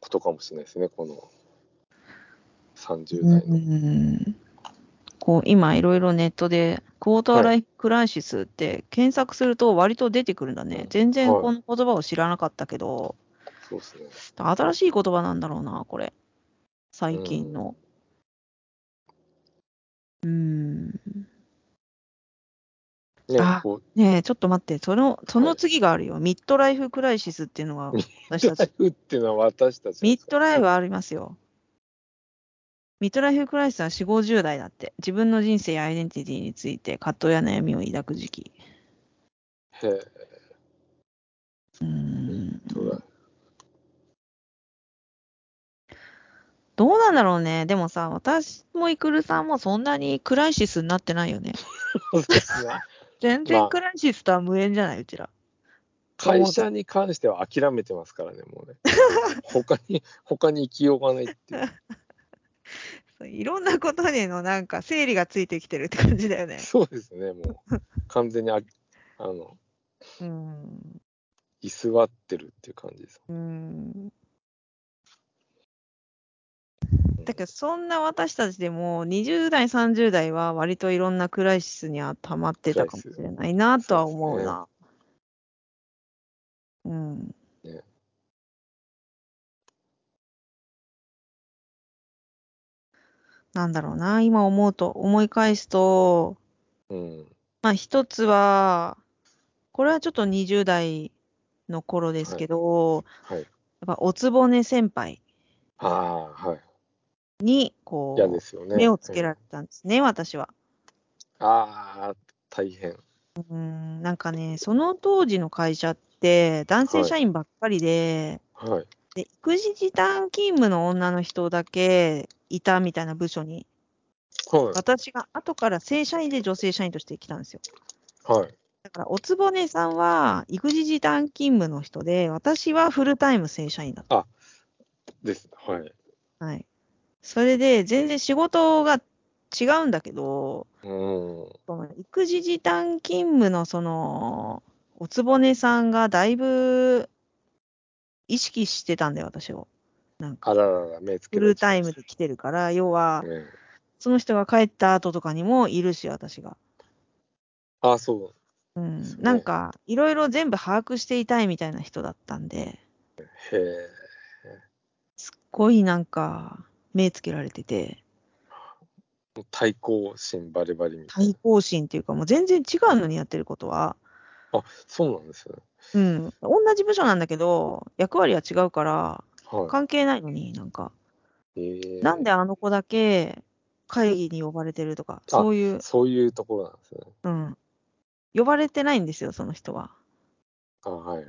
ことかもしれないですね、この30代うの。んこう今いろいろネットでクォーターライフクライシスって検索すると割と出てくるんだね、うん全然はいこの言葉を知らなかったけど、そうですね。新しい言葉なんだろうな、これ。最近の。うーん。ねあ、こねえ、ちょっと待って、その、そはのい次があるよ。ミッドライフクライシスっていうの <laughs> がミ私う、たラちイ。フっていうのは私たちミッドライフフはありますよ。ミッドライフクライシスは4、50代だって。自分の人生やアイデンティティについて葛藤や悩みを抱く時期。へえうーミん。ッドライフ。どうなんだろうね。でもさ、私もイクルさんもそんなにクライシスになってないよね。そうですね。全ま然あクライシスとは無縁じゃないうちら。会社に関しては諦めてますからね、 <laughs> もうね。他に、他に生きようがないっていう。いろんなことにのなんか整理がついてきてるって感じだよね。そうですね、もう完全にあ、 <laughs> あの、うん。居座ってるっていう感じです。うん。だけどそんな私たちでも20代30代は割といろんなクライシスにはたまってたかもしれないなとは思うな。うん。ねなんだろうな今思うと思い返すとうん。まあ一つは、これはちょっと20代の頃ですけど、はい。やっぱおつぼね先輩ああ、はい。にこ嫌でう、すよね。目をつけられれたんですね、私は。ああ、大変。うん、なんかね、その当時の会社って男性社員ばっかりで、はい。で育児時短勤務の女の人だけいたみたいな部署に、は私が後から正社員で女性社員として来たんですよ。い。はい。だから、おつぼねさんは、育児時短勤務の人で、私はフルタイム正社員だっです。はい。た。はい。それで、全然仕事が違うんだけど、うん。その育児時短勤務のその、おつぼねさんがだいぶ意識してたんだよ、私を。あららら、目つけフられルちゃタいイまムしで来てるから、要はた、ねその人が帰った後とかにもいるし、私が。あ、そうう。んす。ごいなんか、いろいろ全部把握していたいみたいな人だったんで、へえ。すっごいなんか、目つけられてて、もう対抗心バリバリみたい対抗心っていうか、もう全然違うのにやってることは。な。あ、そうなんですね。うん。同じ部署なんだけど、役割は違うから、は関係ないのになんか、い。へえなんであの子だけ会議に呼ばれてるとか、そういう、そういうところなんですね。うん。呼ばれてないんですよ、その人は。あ、はい。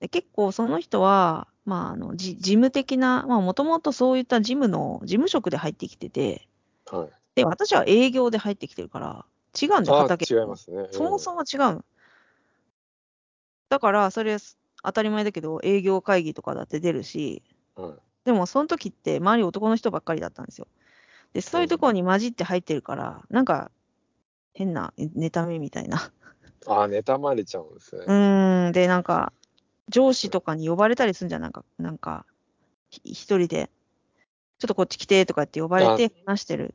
で結構その人は、まあ、あの、じ事務的な、まあ、もともとそういった事務の、事務職で入ってきてて、はい。で、私は営業で入ってきてるから、違うんだよ、あ、畑。違いますね。そもそも。も違うの。だから、それ、当たり前だけど、営業会議とかだって出るし、はい。でも、その時って、周り男の人ばっかりだったんですよ。で、そういうところに混じって入ってるから、なんか、変な、え妬みみたいな。あ、妬まれちゃうんですねう。ーん、で、なんか、上司とかに呼ばれたりするんじゃん、なんか、なんか、ひ一人で、ちょっとこっち来てとかって呼ばれて話してる。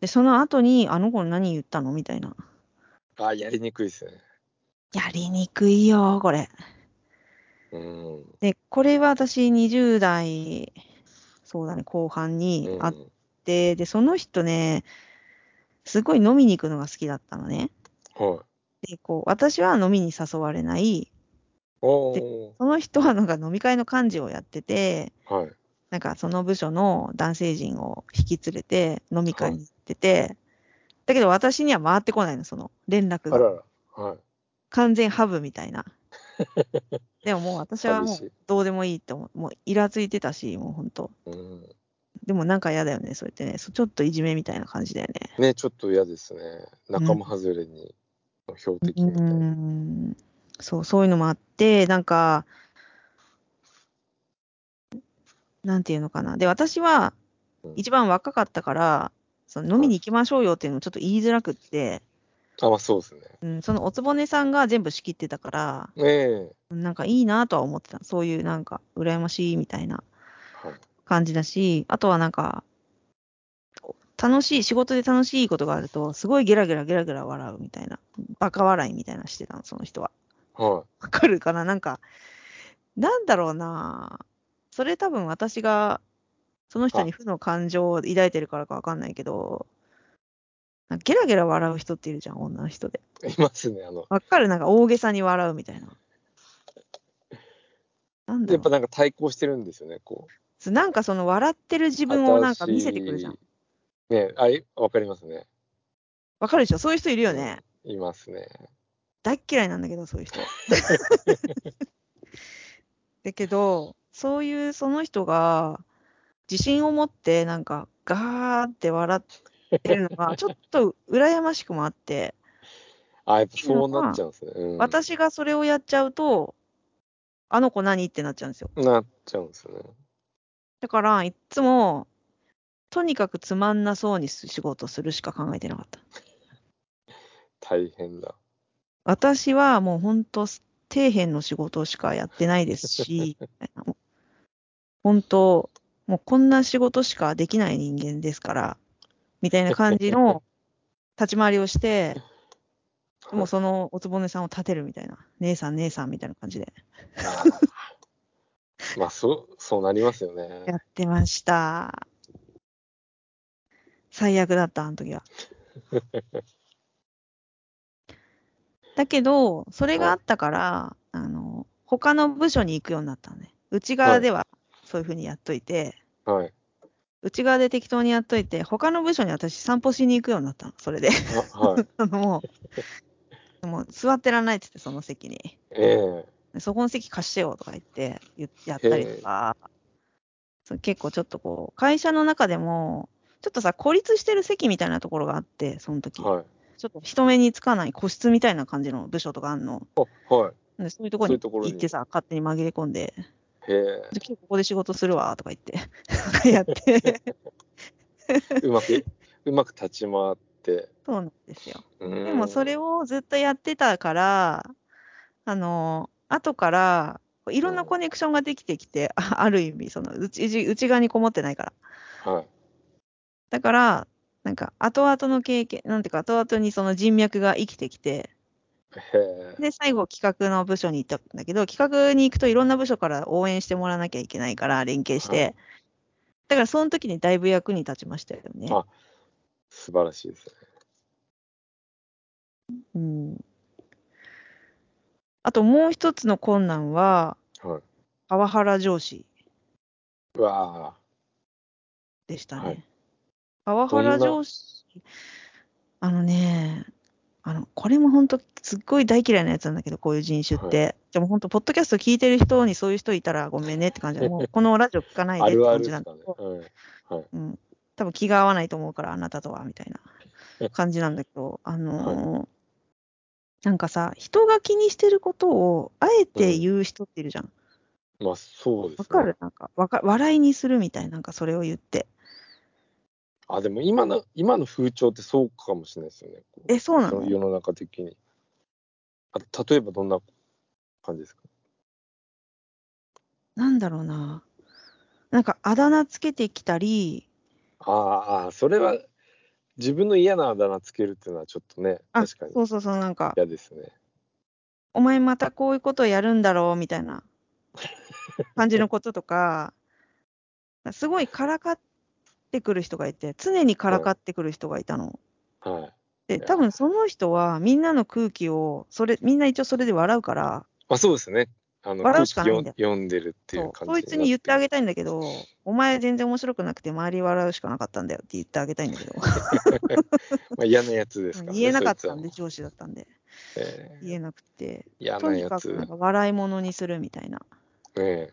で、その後に、あの子に何言ったのみたいな。あ、やりにくいですね。やりにくいよ、これ。うん。で、これは私20代、そうだね、後半うにんあって、で、その人ね、すごい飲みに行くのが好きだったのね。はい。で、こう、私は飲みに誘われない、おー。その人はなんか飲み会の幹事をやってて、はい。なんかその部署の男性陣を引き連れて飲み会に行ってて、だけど私には回ってこないの、その連絡あが。らら。はい。完全ハブみたい <laughs> な。でももう私はも寂しういどうでもいいって思う、もうイラついてたし、もう本当。うん。でもなんか嫌だよね、そうやってね、そちょっといじめみたいな感じだよね。ね、ちょっと嫌ですね。仲間外れに、標的みたいな。うん、そう、そういうのもあって、なんか、なんていうのかな。で、私はうん一番若かったから、その飲みに行きましょうよっていうのをちょっと言いづらくって、あ、まあそうですね。うん、そのおつぼねさんが全部仕切ってたから、ねえ。なんかいいなとは思ってた。そういうなんか、羨ましいみたいなはい。感じだし、あとはなんか、楽しい、仕事で楽しいことがあると、すごいゲラゲラゲラゲラ笑うみたいな、バカ笑いみたいなしてたの、その人は。はわかるかななんか、なんだろうなそれ多分私が、その人に負の感情を抱いてるからかわかんないけど、なんかゲラゲラ笑う人っているじゃん、女の人で。い。いますね。あの、わかるなんか大げさに笑うみたいな。なんだやろっうぱなんか対抗してるんですよね、こう。そうなんかその笑ってる自分をなんか見せてくるじゃん新。しい。ねえ、あい、わかりますね。わかるでしょそういう人いるよね。いますね。大っ嫌いなんだけど、そういう人。だけど、そういうその人が自信を持ってなんかガーって笑ってるのがちょっと羨ましくもあって、あ、やっぱそうなっちゃうんですね。うん、私がそれをやっちゃうと、あの子何ってなっちゃうんですよ。なっちゃうんですよね。だから、いっつも、とにかくつまんなそうに仕事するしか考えてなかった。大変だ。私はもう本当、底辺の仕事しかやってないですし、 <laughs> みたいなもう本当、もうこんな仕事しかできない人間ですから、みたいな感じの立ち回りをして、もうそのおつぼねさんを立てるみたいな、姉さん、姉さんみたいな感じであー <laughs> まあ、そう、そうなりますよね。やってました。最悪だった、あの <laughs> 時は。だけど、それがあったから、あの、他の部署に行くようになったのね。内側ではそういうふうにやっといて、はい。内側で適当にやっといて、他の部署に私散歩しに行くようになったの、それで。 <laughs> あはい。 <laughs> あのもう、もう座ってらんないって言って、その席に。ええでそこの席貸してよとか言って、言ってやったりとか、そう結構ちょっとこう、会社の中でも、ちょっとさ、孤立してる席みたいなところがあって、その時。はい。ちょっと人目につかない個室みたいな感じの部署とかあんの。あはい。でそういうとこそろういうにところに行ってさ、勝手に紛れ込んで、へえ。今日ここで仕事するわとか言って、なん <laughs> かやって、うまく、うまく立ち回って。そうなんですよ。ででもそれを。をずっとやってたから、あの、後から、こういろんうなんコネクションができてきて、あある意味、そのうちうち内側にこもってないから。はい。だから、なんか後々の経験、なんていうか、後々にその人脈が生きてきて、へえ。で、最後企画の部署に行ったんだけど、企画に行くといろんな部署から応援してもらわなきゃいけないから、連携して。はだからその時にだいぶ役に立ちましたよね。あ素晴らしいですね。うん。あともう一つの困難は、はい。パワハラ上司うわあ。でしたね。はいパワハラ上司、あのね、あの、これも本当すっごい大嫌いなやつなんだけど、こういう人種って。でも本当、ポッドキャスト聞いてる人にそういう人いたらごめんねって感じで、もうこのラジオ聞かないあでってるあ感るじでなんすだかけね。ど、はい。うん、多分気が合わないと思うから、あなたとは、みたいな感じなんだけど、あのーなんかさ、人が気にしてることを、あえて言う人っているじゃん。まあ、そうですわかね。るなんかわか、笑いにするみたいな、なんかそれを言って。あ、でも今の、今の風潮ってそうかもしれないですよね。こうえ、そうなそのの世の中的に。あ例えばどんな感じですかなんだろうな。なんかあだ名つけてきたり、ああああ、それは自分の嫌なあだ名つけるっていうのはちょっとね、あ確かにそうそうそう、なんか、嫌ですね。お前またこういうことやるんだろうみたいな感じのこととか、すごいからかってくる人がいて、常にからかってくる人がいたの。はい。で、多分その人はみんなの空気を、それ、みんな一応それで笑うから、まあそうですね。あの笑う空し気かないん読だよ読んでるっていそうう感じそいつに言ってあげげたいんだけど、お前全然面白くなくて周り笑うしかなかったんだよって言ってあげたいんだけど、まあ嫌なやつですからね。言えなかったんそで、いつは上司だったんで、ええ言えなくて、嫌となにやかつく。なんか笑い物にするみたいな。ええ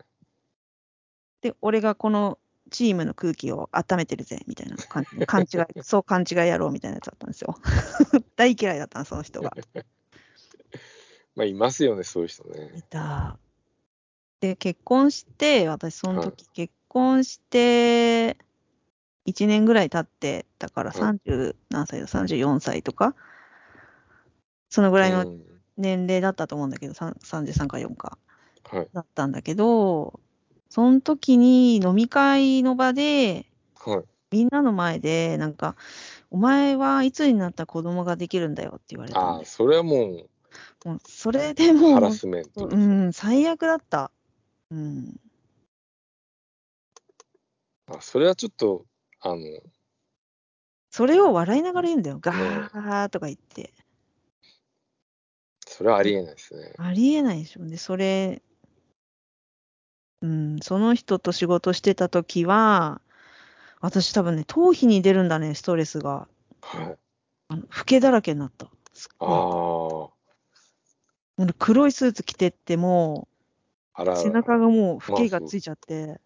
で、俺がこのチームの空気を温めてるぜ、みたいな <laughs> 感じの勘違い、そう勘違いやろうみたいなやつだったんですよ。 <laughs> 大嫌いだったの、その人が。まあいますよね、そういう人ね。いた。で、結婚して、私その時、は結婚して、1年ぐらい経って、だからはい30何歳だ、34歳とか、そのぐらいうのん年齢だったと思うんだけど、さん33か4か。はい。だったんだけど、その時に飲み会の場で、はい。みんなの前で、なんか、お前はいつになったら子供ができるんだよって言われたんあであ、、それはももうそれでうもハうラ、スメントうですね。ん、最悪だった。うん、あそれはちょっと、あの、それを笑いながら言うんだよ。ガねーとか言って。それはありえないですね。ありえないでしょ。で、それ、うん、その人と仕事してた時は、私多分ね、頭皮に出るんだね、ストレスが。はい。あの老けだらけになった。すっあごいあ、もう黒いスーツ着てってもあらあら。背中がもうまあ老けがそうついちゃって、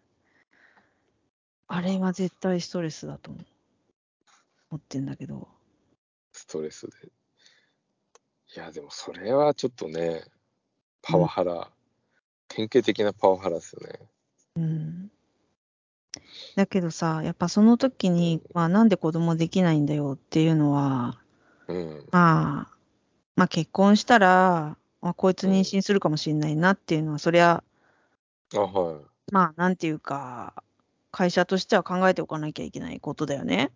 あれは絶対ストレスだと思う思ってんだけど、ストレスで。いや、でもそれはちょっとね、パワハラ、典型的なパワハラですよね。うん。だけどさ、やっぱその時に、まあ、なんで子供できないんだよっていうのは、うん。まあ、まあ結婚したら、まあ、こいつ妊娠するかもしれないなっていうのは、そりゃ、あ、はい。まあなんていうか、会社としては考えておかなきゃいけないことだよね。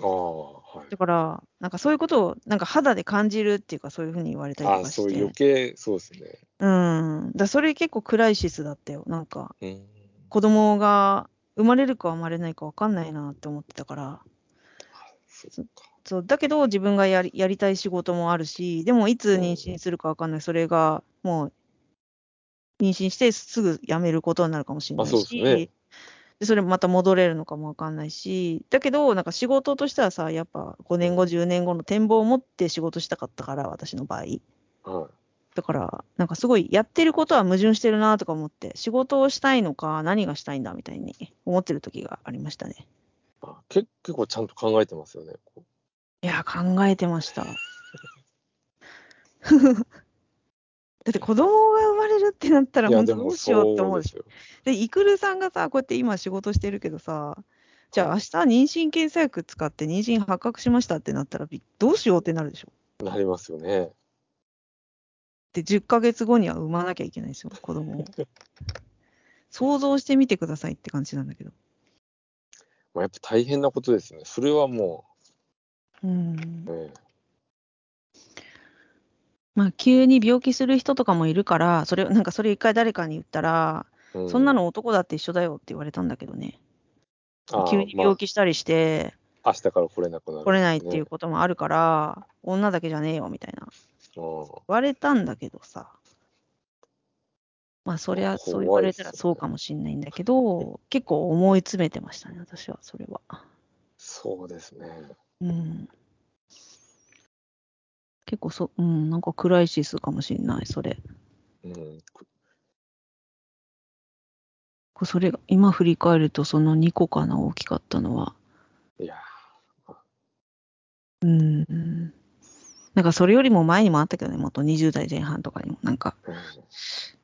ああ、はい。だから、なんかそういうことを、なんか肌で感じるっていうか、そういうふうに言われたりあとあ、かして。そう、余計、そうですね。うん。だそれ結構クライシスだったよ。なんか、うん。子供が生まれるか生まれないか分かんないなって思ってたから。そっか。そう、だけど自分がやりやりたい仕事もあるし、でもいつ妊娠するか分かんない。それが、もう、妊娠してすぐ辞めることになるかもしれなあ、いし。そうですね。でそれまた戻れるのかもわかんないし、だけど、なんか仕事としてはさ、やっぱ5年後、10年後の展望を持って仕事したかったから、私の場合。はだから、なんかすごいやってることは矛盾してるなとか思って、仕事をしたいのか、何がしたいんだみたいに思ってる時がありましたね。い。あ結結構ちゃんと考えてますよね。こいや、考えてま <laughs> した。だって子供が生まれるってなったら、いや、本で当どもうしようってそ思ううででしすょ。よ。で、イクルさんがさ、こうやって今仕事してるけどさ、じゃあは明日妊娠検査薬使って妊娠発覚しましたってなったらび、どうしようってなるでしょ。なりますよね。で、10ヶ月後には産まなきゃいけないです <laughs> よ、子供を。想像してみてくださいって感じなんだけど。まあ、やっぱ大変なことですね。それはもうんう、。ね、まあ、急に病気する人とかもいるから、それ、なんかそれ一回誰かに言ったら、うそんなの男だって一緒だよって言われたんだけどね。あー急に病気したりして、まあ、明日から来れなくなる、来れないっていう。こともあるから、女だけじゃねえよみたいな。うん言われたんだけどさ。まあ、そりゃ、そう言われたら怖いっすねそうかもしんないんだけど、結構思い詰めてましたね、私は、それは。そうですね。うん。結構そ、うん、なんかクライシスかもしんない、それ。うん。こうそれが、今振り返ると、その2個かな、大きかったのは。いやうんうん。なんかそれよりも前にもあったけどね、もっと20代前半とかにも、なんか、ー、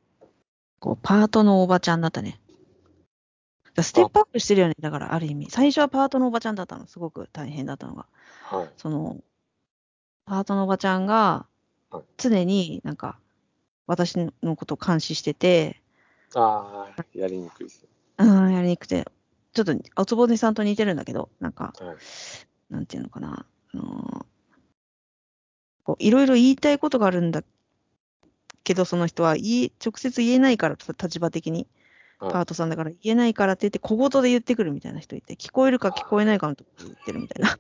こう、パートのおばちゃんだったね。だからステップアップしてるよね、だからある意味。最初はパートのおばちゃんだったの、すごく大変だったのが。はい。その、パートのおばちゃんがはい、常になんか、私のことを監視してて、ああ、やりにくいですね。うん、やりにくくて、ちょっと、おつぼねさんと似てるんだけど、なんか、はい。なんていうのかな、あのこういろいろ言いたいことがあるんだけど、その人は言い直接言えないから、た立場的に、はいパートさんだから言えないからって言って、小言で言ってくるみたいな人いて、聞こえるか聞こえないかのとこ言ってるみたいな、ま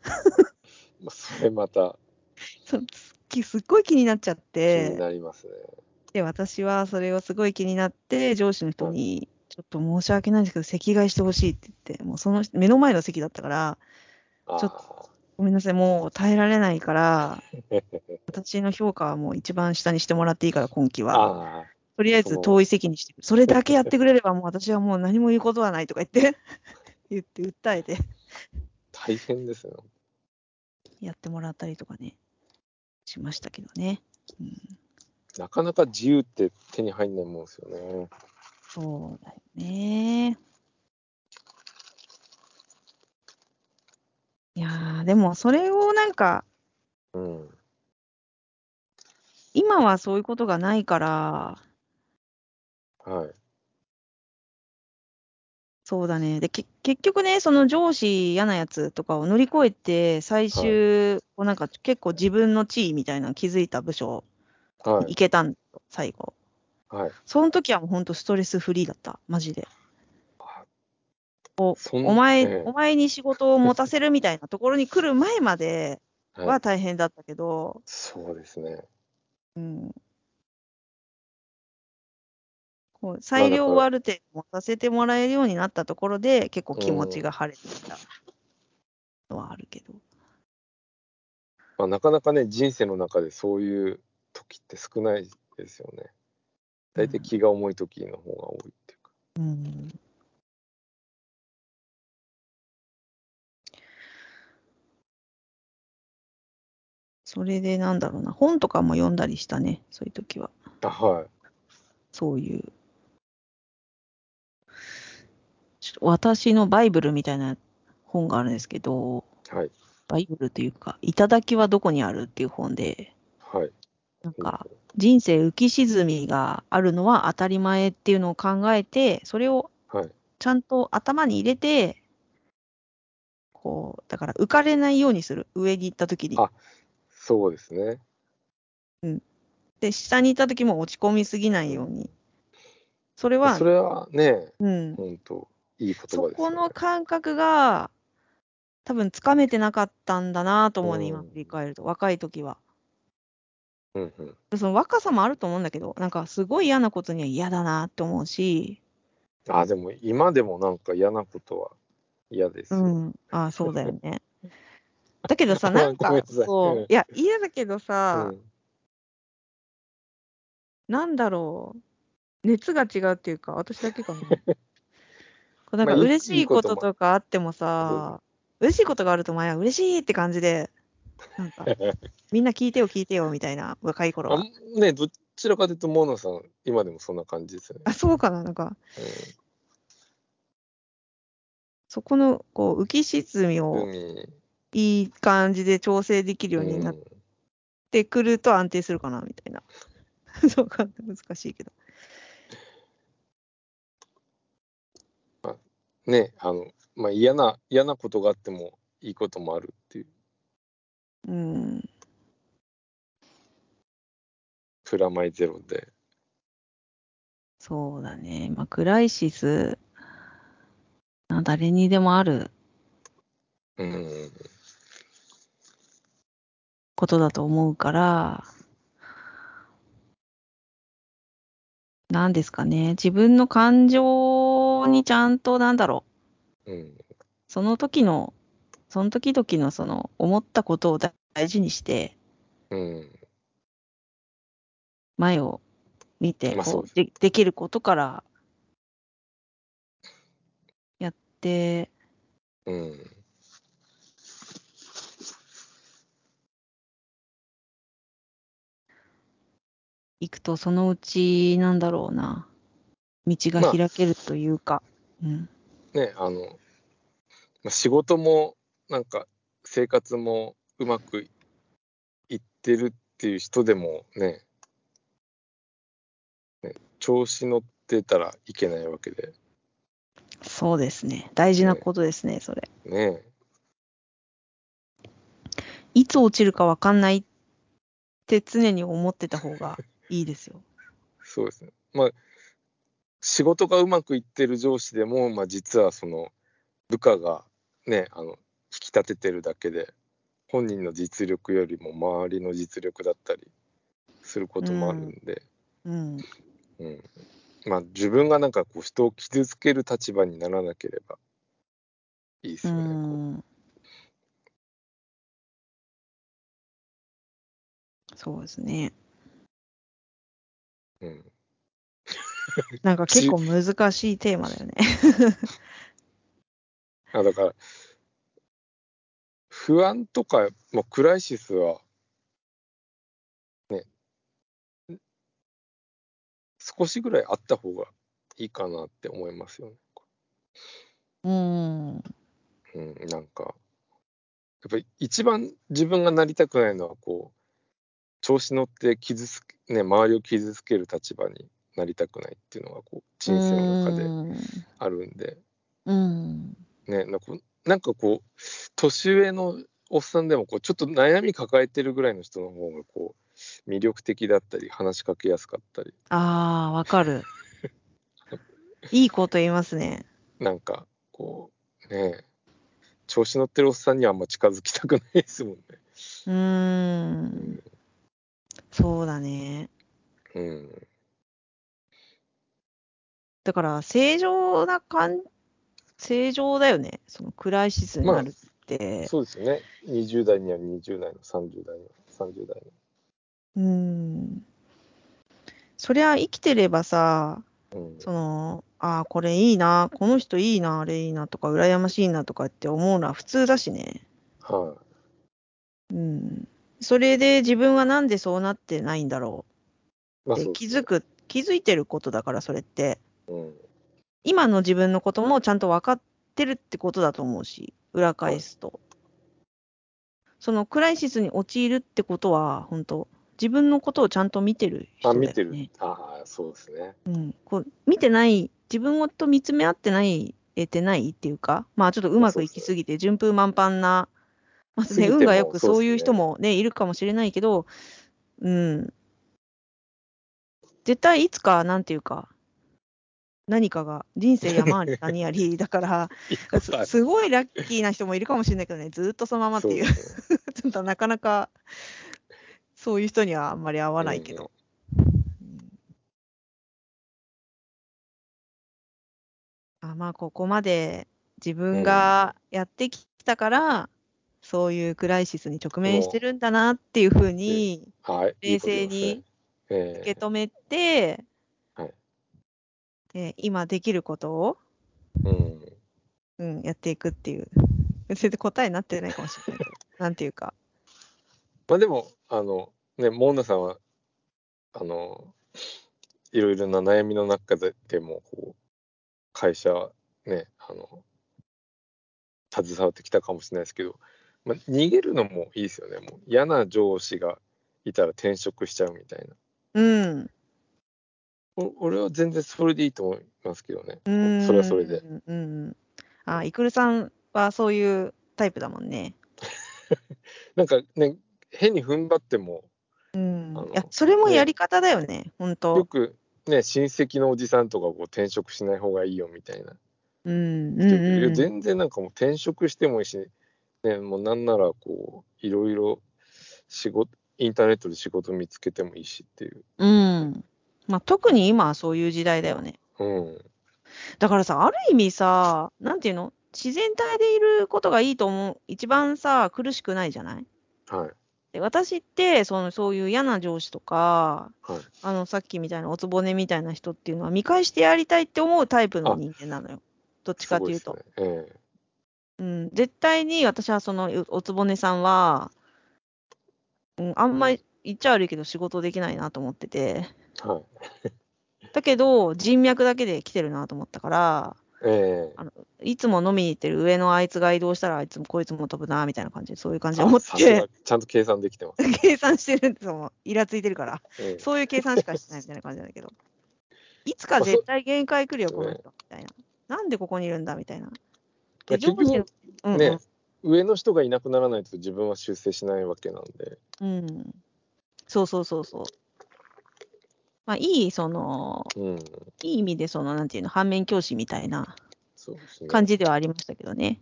あ、それまた <laughs> そうすっきすっごい気になっちゃっ気にて、なりますね。で私はそれをすごい気になって、上司の人に、ちょっと申し訳ないんですけど、席替えしてほしいって言って、もうその人目の前の席だったから、あちょあ、ごめんなさい、もう耐えられないから、 <laughs> 私の評価はもう一番下にしてもらっていいから、今期は。ああ、とりあえず遠い席にして、それだけやってくれれば、もう私はもう何も言うことはないとか言って、 <laughs> 言って、訴えて、大変ですよ。やってもらったりとかね、しましたけどね。うん、なかなか自由って手に入んないもんですよね。そうだよね。いやー、でもそれをなんか、うん。今はそういうことがないから、はい。そうだね。で、け結局ね、その上司嫌なやつとかを乗り越えて、最終、こうなんか結構自分の地位みたいなの気づいた部署はに行い。けたん、最後。はい。その時はもう本当ストレスフリーだった、マジで。あそんお前、ええお前に仕事を持たせるみたいなところに来る前までは、はい大変だったけど、そうですね。うん。こう裁量をある程度持たせてもらえるようになったところで、結構気持ちが晴れてきたのはあるけど。まあ、なかなかね、人生の中でそういう時って少ないですよね。大体気が重い時の方が多いっていうか。うんそれでなんだろうな、本とかも読んだりしたね、そういう時は。あはい。そういう。ちょっと私のバイブルみたいな本があるんですけど、はい。バイブルというか、頂きはどこにあるっていう本で、はい。なんか、人生浮き沈みがあるのは当たり前っていうのを考えて、それをはい。ちゃんと頭に入れて、こう、だから浮かれないようにする。上に行った時にあ。そうですね。で、下に行った時も落ち込みすぎないように。それはそ、れはね、うん。本当いい言葉です、そね。この感覚が、多分つかめてなかったんだなと思うね、うん今振り返ると。若い時は。うんうん。その若さもあると思うんだけど、なんかすごい嫌なことには嫌だなって思うし、あ、でも今でもなんか嫌なことは嫌ですうよ。ん。ああ、そうだよ <laughs> ね。だけどさ、あなんかごめん、なさい、そううんいや、嫌だけどうさ、んなんだろう、熱が違うっていうか、私だけ <laughs> かな。こうなんかまあいい嬉しいこいいとこととかあってもさ、嬉しいことがあると前は嬉しいって感じで、なん <laughs> か、みんな聞いてよ聞いてよみたいな、若い頃は。あね、どちらかというと、モノさん、今でもそんな感じですよね。あ、そうかな、なんか、そこの、こう、浮き沈みうんを海いい感じで調整できるようになっうんてくると安定するかな、みたいな。 <laughs> そうか、難しいけど。ね、あの、まあ、嫌な、嫌なことがあっても、いいこともあるっていう、うん。プラマイゼロで。そうだね。まあ、クライシス、まあ誰にでもあるうん。ことだと思うから、なんですかね。自分の感情にちゃんと、なんだろうん。う。その時の、その時々のその、思ったことを大事にして、うん。前を見て、まあそこうでうすでできることから、やって、うん。行くと、そのうち、なんだろうな、道がまあ開けるというか、うん、ね、あの、まあ、仕事も、なんか、生活もうまくいってるっていう人でもね、ね調子乗ってたらいけないわけで、そうですね、大事なことですね、それ。ね。いつ落ちるか分かんないって常に思ってた方がいいですよ。そうですね。まあ、仕事がうまくいってる上司でも、まあ、実はその部下がね、あの引き立ててるだけで、本人の実力よりも周りの実力だったりすることもあるんで、うん、うんまあ、自分がなんかこう人を傷つける立場にならなければいいですうよね。ん。そうですね。こううんなんか結構難しいテーマだよね。 <laughs> あだから不安とか、まあ、クライシスはね少しぐらいあった方がいいかなって思いますよね。うん。うん、なんかやっぱり一番自分がなりたくないのはこう調子乗って傷つけ、ね、周りを傷つける立場になりたくないっていうのがこう人生の中であるんで。うん。ね、なんかなんかこう年上のおっさんでもこうちょっと悩み抱えてるぐらいの人の方がこう魅力的だったり話しかけやすかったりああ、わか <laughs> る。いいこと言いますね。なんかこうね調子乗ってるおっさんにはあんま近づきたくないですもんね。うーん。そうだね。うん、だから、正常な感、正常だよね。そのクライシスになるって。そうですよね20代には20代の30代には30代うん。そりゃ、生きてればさ、の。うんその、ああ、これいいな、この人いいな、あれいいなとか、羨ましいなとかって思うのは普通だしね。はうん。それで自分はなんでそうなってないんだろい、まうあってそう気づく、気づいてることだから、それって。うん今の自分のこともちゃんと分かってるってことだと思うし、裏返すと。そのクライシスに陥るってことは、本当自分のことをちゃんと見てる人あだよね。見てる、ああそうです <laughs> ね。うん、こう見てない、自分と見つめ合ってない、得てないっていうか、まあちょっとうまくいきすぎて、順風満帆な、まあ過ぎね、ても運がよくそうですねそういう人もね、いるかもしれないけど、うん。絶対いつか、なんていうか、何かが、人生山あり谷ありだ <laughs> から、すすごいラッキーな人もいるかもしれないけどね、ずーっとそのままっていう、そですねちょっと <laughs> なかなか、そういう人にはあんまり合わないけど。あまあ、ここまで自分がやってきたから、そういうクライシスに直面してるんだなっていうふうにはい、冷静に受受け止めて、はいで今できることを、うん、 <laughs> うん、やっていくっていう。別に答えになってないかもしれないけど、なんていうか、まあでも、あの、ね、モーナさんは、あの、いろいろな悩みの中ででも、こう、会社、ね、あの、携わってきたかもしれないですけど、まあ、逃げるのもいいですよね。もう嫌な上司がいたら転職しちゃうみたいな。うん。お俺は全然それでいいと思いますけどね。うん。それはそれで。うんうん。あ、イクルさんはそういうタイプだもんね。なんかね、変に踏ん張っても、うんあの。いや、それもやり方だよね、本よ当。くね、親戚のおじさんとかこう転職しない方がいいよみたいな。うん。うんう人いるんうん。全然なんかもう転職してもいいし、ね、もうなんならこう、いろいろ仕事、インターネットで仕事見つけてもいいしっていう。うん。まあ、特に今はそういう時代だよね。うん。だからさ、ある意味さ、なんていうの自然体でいることがいいと思う。一番さ、苦しくないじゃないはい。で私ってその、そういう嫌な上司とか、はいあの、さっきみたいなおつぼねみたいな人っていうのは見返してやりたいって思うタイプの人間なのよ。どっちかっていうと。すごいですね。えうん、絶対に私はそのうおつぼねさんは、うん、あんまり言っちゃ悪いけど仕事できないなと思ってて、えはい。だけど人脈だけで来てるなと思ったから、ええあのいつも飲みに行ってる上のあいつが移動したらあいつもこいつも飛ぶなみたいな感じで、そういう感じで思っさすがてちゃんと計算で <laughs> きてます。計算してるんですよ、もうイラついてるから。ええそういう計算しかしてないみたいな感じなんだけど。いつか絶対限界来るよ、この人。みたいな。なんでここにいるんだみたいな。で、結上局司の、うん、ね、上の人がいなくならないと自分は修正しないわけなんで。うん。そうそうそうそう。まあ、いい、その、うん。いい意味で、その、なんていうの、反面教師みたいなそうですね。感じではありましたけどね。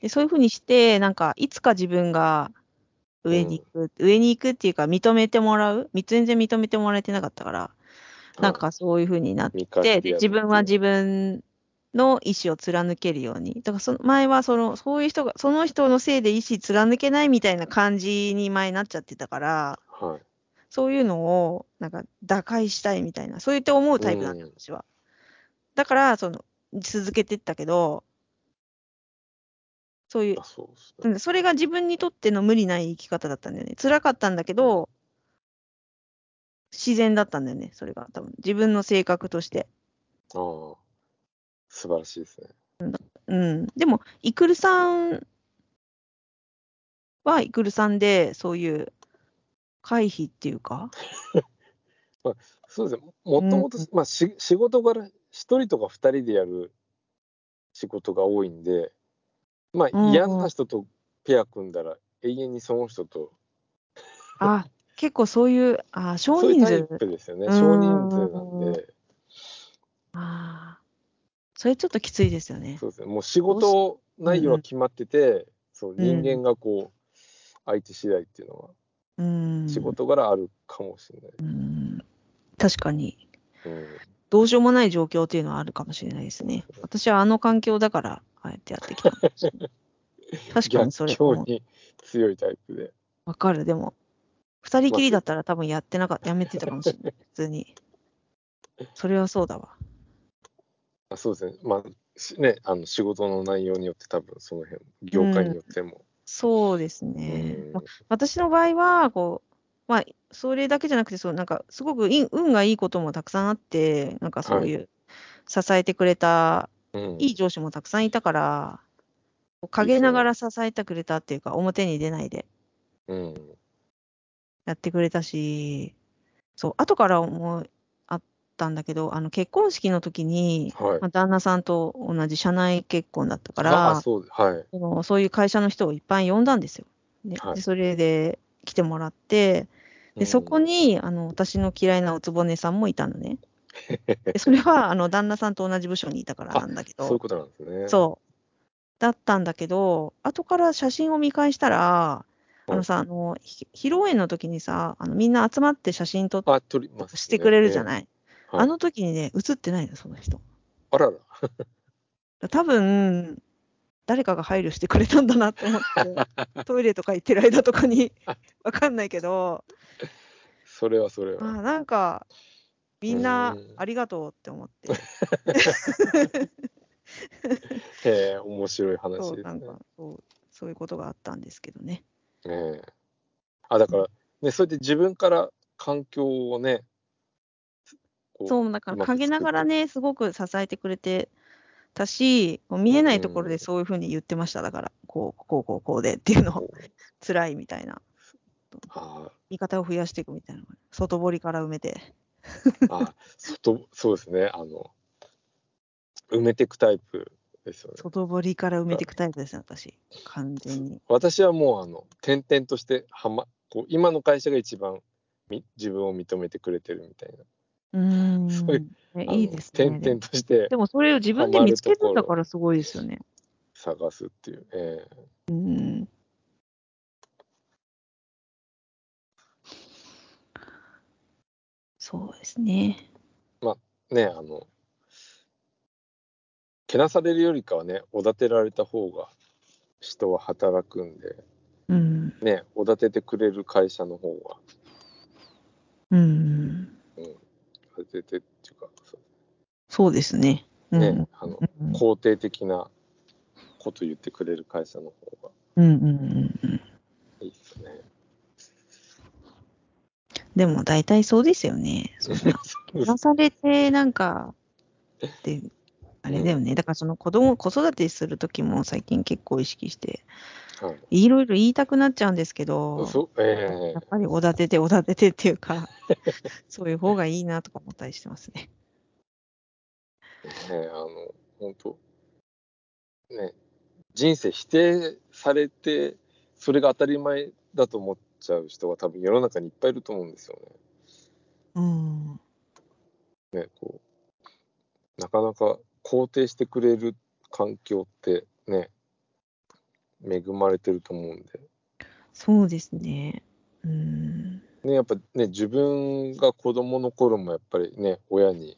で、そういうふうにして、なんか、いつか自分が上に行く、上に行くっていうか、認めてもらう、み全然認めてもらえてなかったから、はいなん、かそういうふうになって見返でしてやる自分は自分の意思を貫けるように。だからその前はその、そういう人が、その人のせいで意思貫けないみたいな感じに前なっちゃってたから、はい。そういうのをなんか打開したいみたいな、そう言って思うタイプなんだ、うん私は。だから、その、続けてったけど、そういうあ、そうですうね。ん、それが自分にとっての無理ない生き方だったんだよね。辛かったんだけど、自然だったんだよね、それが。多分自分の性格として。ああ。素晴らしいですね。うん。でも、イクルさんはイクルさんで、そういう回避っていうか、そうですね。もともと、うんまあ、し仕事柄、一人とか二人でやる仕事が多いんで、まうんうあ、ん嫌な人とペア組んだら、永遠にその人と、あ、結構そういう、あ、少そうい人うタイ数。プですよね。うん少人数なんで、ああ。それちょっときついですよね。そうですね。もう仕事内容は決まってて、そう、人間がこう、相手次第っていうのは、うん。仕事柄あるかもしれない。うん。確かに。うん。どうしようもない状況っていうのはあるかもしれないですね。私はあの環境だから、ああやってやってきたのかもし <laughs> れない確か逆にそれ境もに強いタイプで。わかる。でも、二人きりだったら多分やってなかった、やめてたかもしれない。普通に。それはそうだわ。あそうですね。まあ、しね、あの仕事の内容によって多分その辺、業界によっても。そうですうね。んま私の場合は、こう、まあ、それだけじゃなくて、そう、なんか、すごくいい運がいいこともたくさんあって、なんかそういう、支えてくれた、うんいい上司もたくさんいたから、こう陰ながら支えてくれたっていうか、表に出ないでうん、やってくれたし、そう、後から思い、あったんだけど、あの、結婚式の時に、はいま。あ、旦那さんと同じ社内結婚だったかあ、ら、そう、はい。そのそういう会社の人をいっぱい呼んだんですよ。で、はいでそれで来てもらって、でそこに、にあの私の嫌いなおつぼねさんもいたの <laughs> ね。でそれはあの旦那さんと同じ部署にいたからなんだけど、そういうことなんですね。そうだったんだけど、後から写真を見返したら、あのさ、あのひ披露宴の時にさ、あのみんな集まって写真撮っあ、取ります、してくれるじゃい。ない。はいあの時にね、写ってないの、その人。あらら。多分誰かが配慮してくれたんだなと思っ <laughs> て、トイレとか行ってる間とかに、わかんないけど、それはそれあは。なんか、みんなうんありがとうって思って、へえ、面白い話そうでなすんね。かそうそういうことがあったんですけどね。ねえあだから、ね、そうやって自分から環境をね、こそう、だからまく作っ陰てながらね、すごく支えてくれてたし、もう見えないところうでんそういうふうに言ってました、だから、こう、こう、こう、こうでっていうのを、辛いみたいな、あ味方を増やしていくみたいな、外堀から埋めて。ーあー、外そうですね、あの、埋めていくタイプですよね。外堀から埋めていくタイプですね、私。完全に。私はもうあの転々としてはまこう今の会社が一番み自分を認めてくれてるみたいうー。そうんねな。いいですあね。のでも転々としてでもそれを自分で見つけたんだからすごいですよね。探すっていう。ええうん。そうですね。ねあのけなされるよりかはねおだてられた方が人は働くんでうん。ねおだててくれる会社の方がうん。おだててっていうかそそうですね。ううん。ね、あのうん肯定的なこと言ってくれる会社の方がうんうんうんうん。いいですね。でも大体そうですよね。そんな。けなされて、なんか、で、あれだよね。だからその子供、子育てするときも最近結構意識して、はいいろいろ言いたくなっちゃうんですけど、そええやっぱりおだてておだててっていうか、そういう方がいいなとか思ったりしてますね。ね、あの、本当ね、人生否定されて、それが当たり前だと思っちゃう人が多分世の中にいっぱいいると思うんですようん。ね。ね、こう、なかなか肯定してくれる環境ってね、恵まれてると思うんで。そうですね。うん。ね、やっぱね、自分が子供の頃もやっぱりね、親に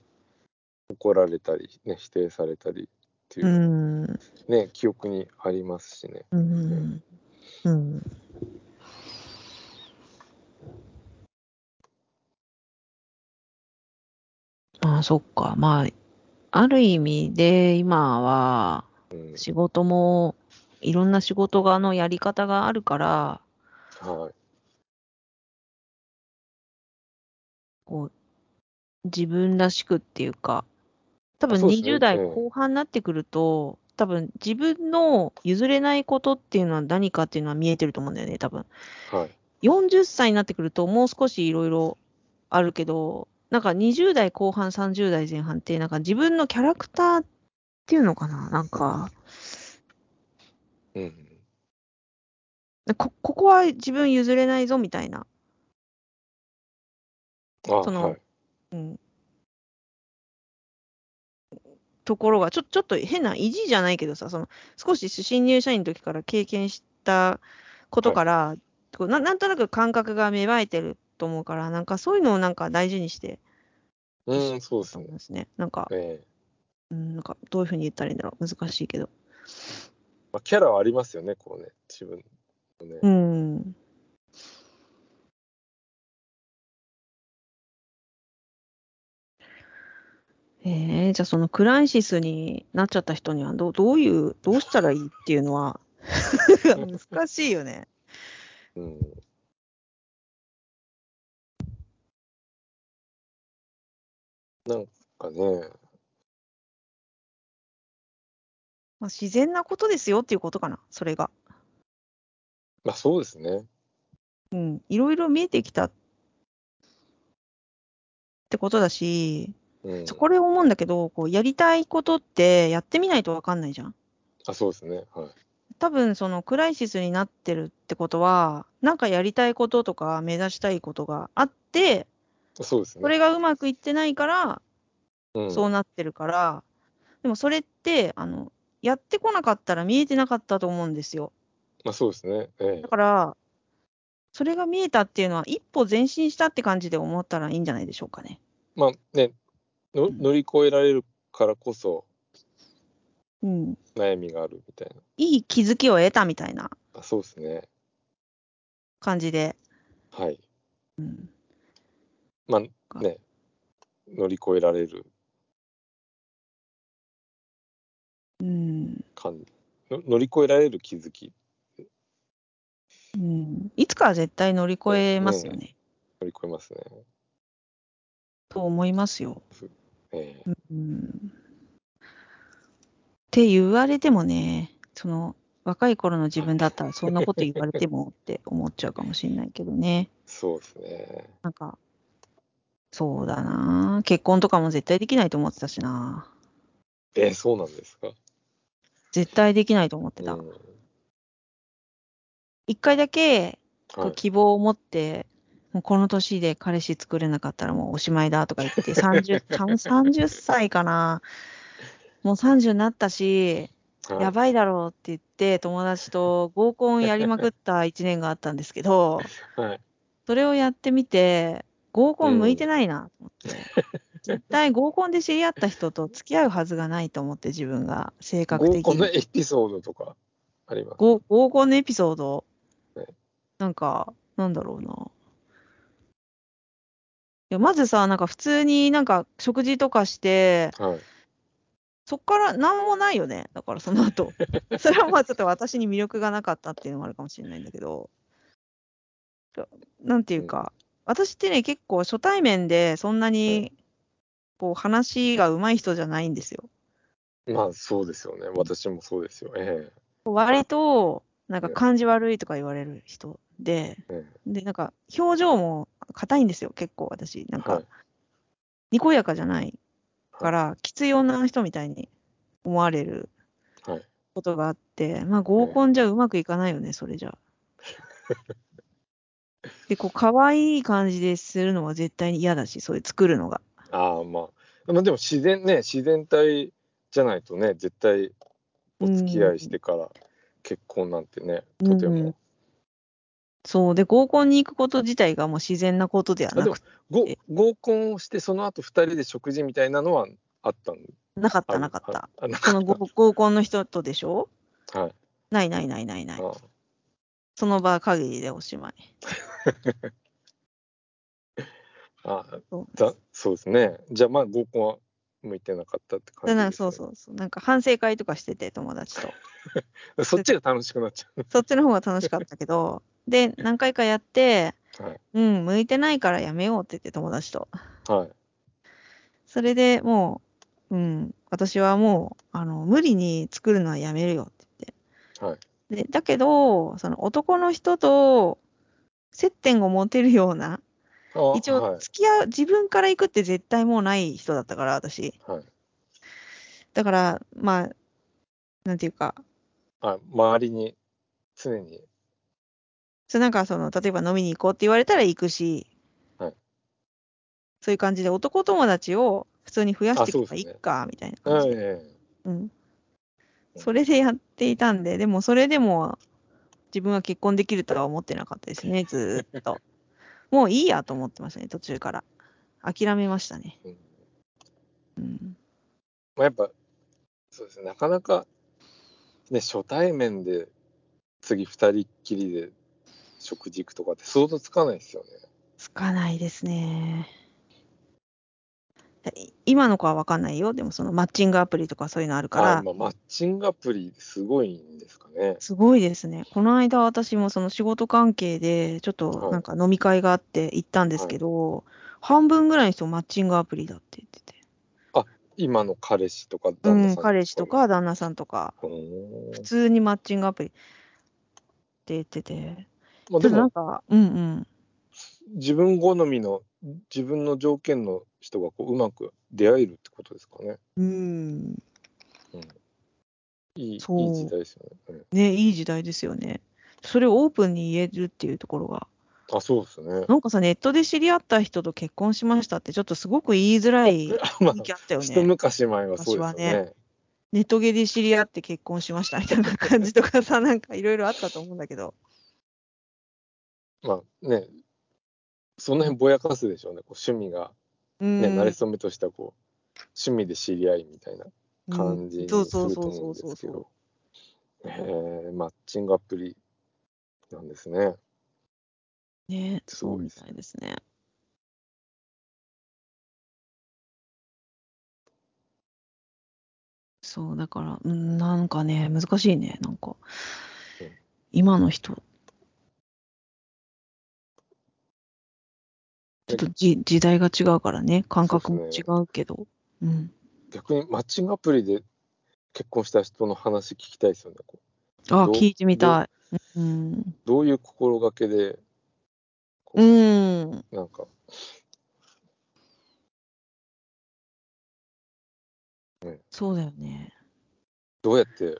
怒られたり、ね、否定されたりっていうう、ん。ね、記憶にありますしね。うん。うん。まあ、そっか。まあ、ある意味で今はうん、仕事も、いろんな仕事がのやり方があるから、はい。こう、自分らしくっていうか、多分そうですね20代うん後半になってくると、多分自分の譲れないことっていうのは何かっていうのは見えてると思うんだよね、多分。はい。 40歳になってくると、もう少しいろいろあるけど、なんか20代後半、30代前半って、なんか自分のキャラクターっていうのかな、なんか、うん。こここは自分譲れないぞみたいな、あそのはい、うん、ところがちょ、ちょっと変な意地じゃないけどさ、その少し新入社員の時から経験したことから、こうななんとなく感覚が芽生えてると思うから、なんかそういうのをなんか大事にしてうん、そうですとね思い。ますね。なんか、ええうん、なんかどういうふうに言ったらいいんだろう、難しいけど。まあ、キャラはありますよね、こうね、自分のね。うん。えー、じゃあそのクライシスになっちゃった人にはどうどういうどうしたらいいっていうの <laughs> は難しいよね。うん。なんかね、まあ、自然なことですよっていうことかな、それが。まあそうですね。うん、いろいろ見えてきたってことだし、うん。これ思うんだけど、こうやりたいことってやってみないとわかんないじゃん。あ、そうですね。はい。多分そのクライシスになってるってことは、なんかやりたいこととか目指したいことがあって、そうですね。それがうまくいってないから、うん、そうなってるから、でもそれって、あの、やってこなかったら見えてなかったと思うんですよ。まあそうですね。ええだから、それが見えたっていうのは、一歩前進したって感じで思ったらいいんじゃないでしょうかね。まあねの、乗り越えられるからこそうん。悩みがあるみたいいい気づきを得たみたいなな。あそうですね。感じで。はい。うん。まあね、乗り越えられるうん、感の乗り越えられる気づきうん、いつかは絶対乗り越えますよね。乗り越えますね。と思いますよ。ええうんって言われてもね、その若い頃の自分だったらそんなこと言われてもって思っちゃうかもしれないけどね。そうですね。なんか、そうだな結婚とかも絶対できないと思ってたしなええそうなんですか。絶対できないと思ってうた。ん一、回だけこはうい、希望を持って、もうこの年で彼氏作れなかったらもうおしまいだとか言って、30, 30歳かなもう30になったし、はいやばいだろうって言って、友達と合コンやりまくった1年 <laughs> があったんですけど、はい。それをやってみて、合コン向いてないなと思って、絶対合コンで知り合った人と付き合うはずがないと思って、自分が性格合的コンのに。エピソードとかあります。合合コンのエピソードはい、なんか、なんだろうな。いやまずさ、なんか普通になんか食事とかして、はい。そっからなんもないよね。だからその後。それはまあちょっと私に魅力がなかったっていうのもあるかもしれないんだけど。なんていうか、私ってね、結構初対面でそんなに、こう話が上手い人じゃないんですよ。まあそうですよね。私もそうですよ。え割と、なんかうん感じ悪いとか言われる人で、ええで、なんか表情も硬いんですよ、結構私。えなんはかい。にこやかじゃないから、必要な人みたいに思われるはい。ことがあって、まあ合コンじゃうまくいかないよね、それじ <laughs> ゃ。で、こう、可愛い感じでするのは絶対に嫌だし、そういう作るのが。ああ、まあ。まあでも自然ね、自然体じゃないとね、絶対お付き合いしてから結婚なんてね、とてうんも。そう。で、合コンに行くこと自体がもう自然なことではあなでもく、ごえ合コンをして、その後二人で食事みたいなのはあったんなかっあた、なかった。。ああなそかの <laughs> 合合コンの人とでしょった。はい。ないないないないない。あその場限りでおしまい。あそうだそうですね。じゃあまあ合コンは向いてなかったって感だじなです、ね。そうそうそう。なんか反省会とかしてて、友達と。そっちが楽しくなっちゃそっちの方が楽しかったけど、で、何回かやって、う。はい。うん、向いてないからやめようって言って友達と。はい。それでもう、うん、私はもう、あの、無理に作るのはやめるよって言はって。で、だけど、その男の人と接点を持てるような、あ一は応い、付き合う、自分から行くって絶対もうない人だったから、私。はいだから、まあ、なんていうか、あ周りに常に、そうなんかその、例えば飲みに行こうって言われたら行くし、はいそういう感じで男友達を普通に増やしていあそうけですばねいいか、みたいな感はじいで、えうん。それでやっていたんで、でもそれでも自分は結婚できるとは思ってなかったですね、ずーっと。もういいやと思ってましたね、途中から。諦めましたね。えうんうん、まあ、やっぱそうですねなかなか、ね、初対面で次二人っきりで食事行くとかって想像つかないですよね。つかないですね。い今の子は分かんないよ。でもそのマッチングアプリとかそういうのあるかあら、まあ、マッチングアプリすごいんですかね。すごいですね。この間私もその仕事関係で、ちょっはといなんか飲み会があって行ったんですけど、半分ぐらいの人マッチングアプリだって言ってて。今の彼氏とかう旦那さんん、彼氏とか旦那さんとか、うー普ん通にマッチングアプリって言ってて。まあ、ちでょっとなんもか、うんうん。自分好みの自分の条件の人がこううまく出会えるってことですかね。うん。いいいいそう時代ですよね。うんね、いい時代ですよね。それをオープンに言えるっていうところが。あ、そうです <laughs> ね。なんかさ、ネットで知り合った人と結婚しましたって、ちょっとすごく言いづらいまあ雰囲気あ <laughs> ったよ一ね。昔前はそうですよ昔はね。ネトゲで知り合って結婚しましたみたいな感じとかさ、なんかいろいろあったと思うんだけど。まあね、その辺ぼやかすでしょうね。こう趣味が、うね、ん。慣れ初めとしたこう趣味で知り合いみたいな感じにすそるうとそうそう思うそんうそでうすけそうど、えーマッチングアプリなんですね。ね、すごそういみですたいですね。そう、だから、うん、なんかね、難しいね、なんかうん。今の人、ちょっとじ時代が違うからね、感覚も違うけど。うん。逆にマッチングアプリで結婚した人の話聞きたいですよね。こうあ、どう聞いてみたい。うん。どういう心がけで、こううん。なんか、そうだよね。どうやって、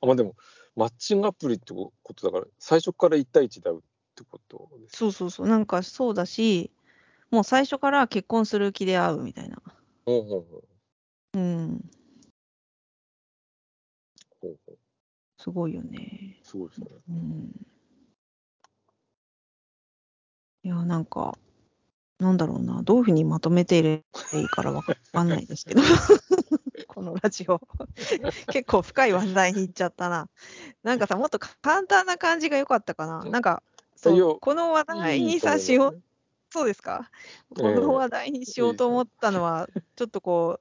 あ、まあでも、マッチングアプリってことだから、最初から1対1だよってことです。そうそうそう。なんかそうだし、もう最初から結婚する気で会うみたいな。ほうほうほううん。ほうほうすごいよね。すごいですね。うん。いや、なんか、なんだろうな。どういうふうにまとめていればいいからわかわかんないです <laughs> けど。このラジオ。結構深い話題に行っちゃったな。なんかさ、もっとか簡単な感じが良かったかな。なんか、そいやうこの話題にさ、しようそうですか。ええこの話題にしようと思ったのは、ちょっとこ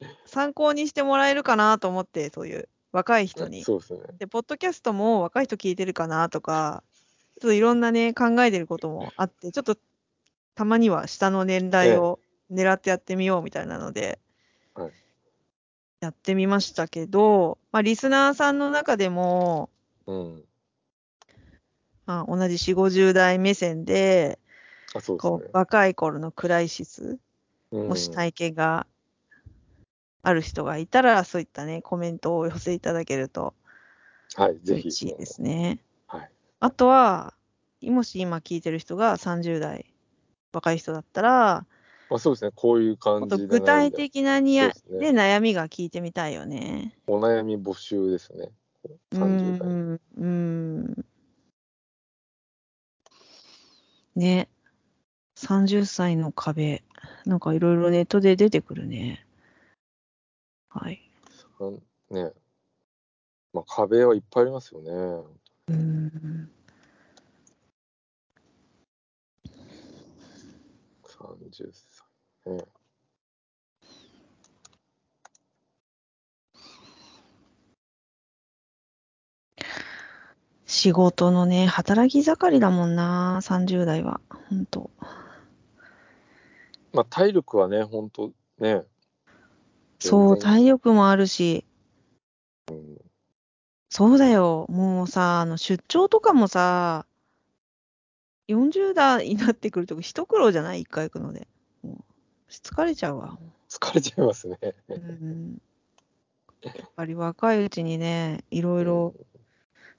う、参考にしてもらえるかなと思って、そういう若い人ねに。そうですね。で、ポッドキャストも若い人聞いてるかなとか、ちょっといろんなね、考えてることもあって、ちょっとたまには下の年代を狙ってやってみようみたいなので、はいやってみましたけど、まあ、リスナーさんの中でも、うん。まあ、同じ4、50代目線で、あ、そうですこうね。若い頃のクライシス、うんもし体験がある人がいたら、そういったね、コメントをお寄せいただけるとはい、ぜひ。嬉しいですね。はい。あとは、もし今聞いてる人が30代、若い人だったら、まあ、そうですね。こういうも感っとじで。具体的なにや、そうでですね。悩みが聞いてみたいよね。お悩み募集ですね。う30代。ん、うん。ね。30歳の壁。なんかいろいろネットで出てくるね。はい。うんね。まあ、壁はいっぱいありますよね。うん。 30歳。ね。仕事のね、働き盛りだもんな、30代は。ほんと。まあ、体力はね、本当ね。そう、全然体力もあるし、うんそうだよ。もうさ、あの、出張とかもさ、40代になってくると一苦労じゃない一回行くので。もう疲れちゃうわ。疲れちゃいますね。うん。やっぱり若いうちにね、いろいろ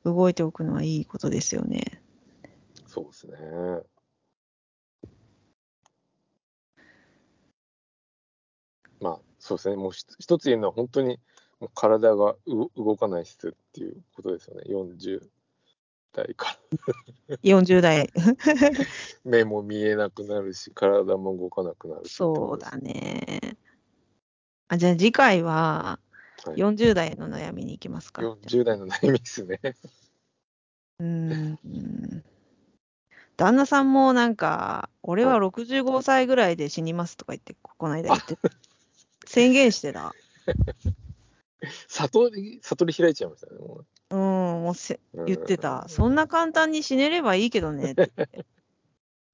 動いておくのはいいことですよね。そうですね。まあ、そうですね。もうひ一つ言えるのは、本当にもう体がう動かない質っていうことですよね。40代から。 40代。目も見えなくなるし、体も動かなくなるっていそうことだね。あ、じゃあ次回はです。はい40代の悩みに行きますか。 40代の悩みですね。 <laughs> うん旦那さんもなんか、俺は65歳ぐらいで死にますとか言って、ここの間言って、宣言してた。悟り、悟り開いちゃいましたね。もうん、もうせう言って。た。そんな簡単に死ねればいいけどねって言って。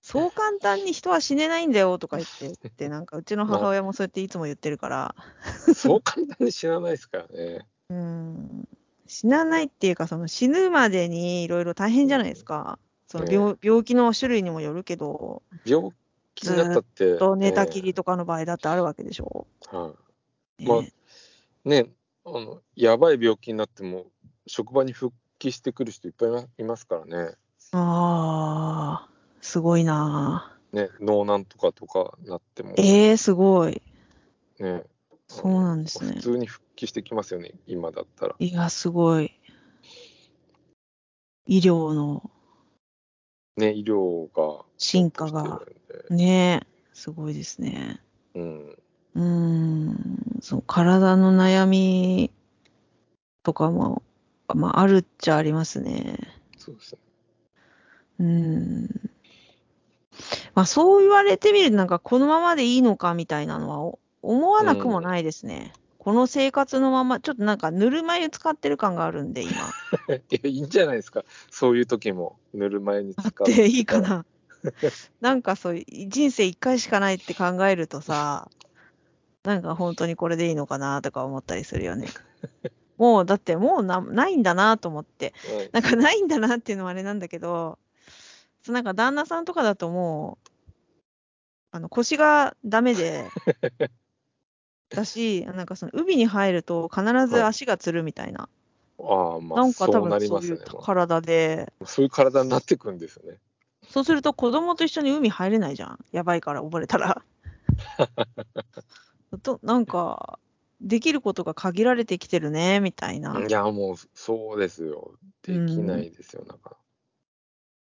そう簡単に人は死ねないんだよとか言って、言ってなんかうちの母親もそうやっていつも言ってるから、うんそう簡単に死なないですからね。うん、死なないっていうか、その死ぬまでにいろいろ大変じゃないですか。その病病気の種類にもよるけど、病気になったって。と寝たきりとかの場合だってあるわけでしょ。ええ。はいねまあねあのやばい病気になっても職場に復帰してくる人いっぱいいまいますからねああ、すごいなね脳なんとかとかなってー。もね、ええー、すごい。あのそうなんです普ね。通に復帰してきますよね今だったらいや、すごい。医療のね医療が進化が。起きてるんでねえ、すごいですね。うんうーん、そう、体の悩みとかも、まあ、あるっちゃありますね。そうですねうん。まあ、そう言われてみると、なんか、このままでいいのかみたいなのはお思わなくもないですね。この生活のまま、ちょっとなんか、ぬるま湯使ってる感があるんで、今。 <laughs> えいいんじゃないですかそういう時もぬるま湯に使あっていいかな。なんかそう、人生一回しかないって考えるとさ、なんか本当にこれでいいのかなとか思ったりするよね。もうだってもうなないんだなと思って、はいなんかないんだなっていうのはあれなんだけど、そうなんか旦那さんとかだともう、あの腰がダメで、だし、なんかその海に入ると必ず足がつるみたいな、ああ、まあ、なんか多そう分なりそまういすねう。体で、まあそういう体になってくんですよね。そうすると子供と一緒に海入れないじゃん。やばいから溺れた <laughs> ら。となんか、できることが限られてきてるね、みたいな。いや、もう、そうですよ。できないですよ、なんか。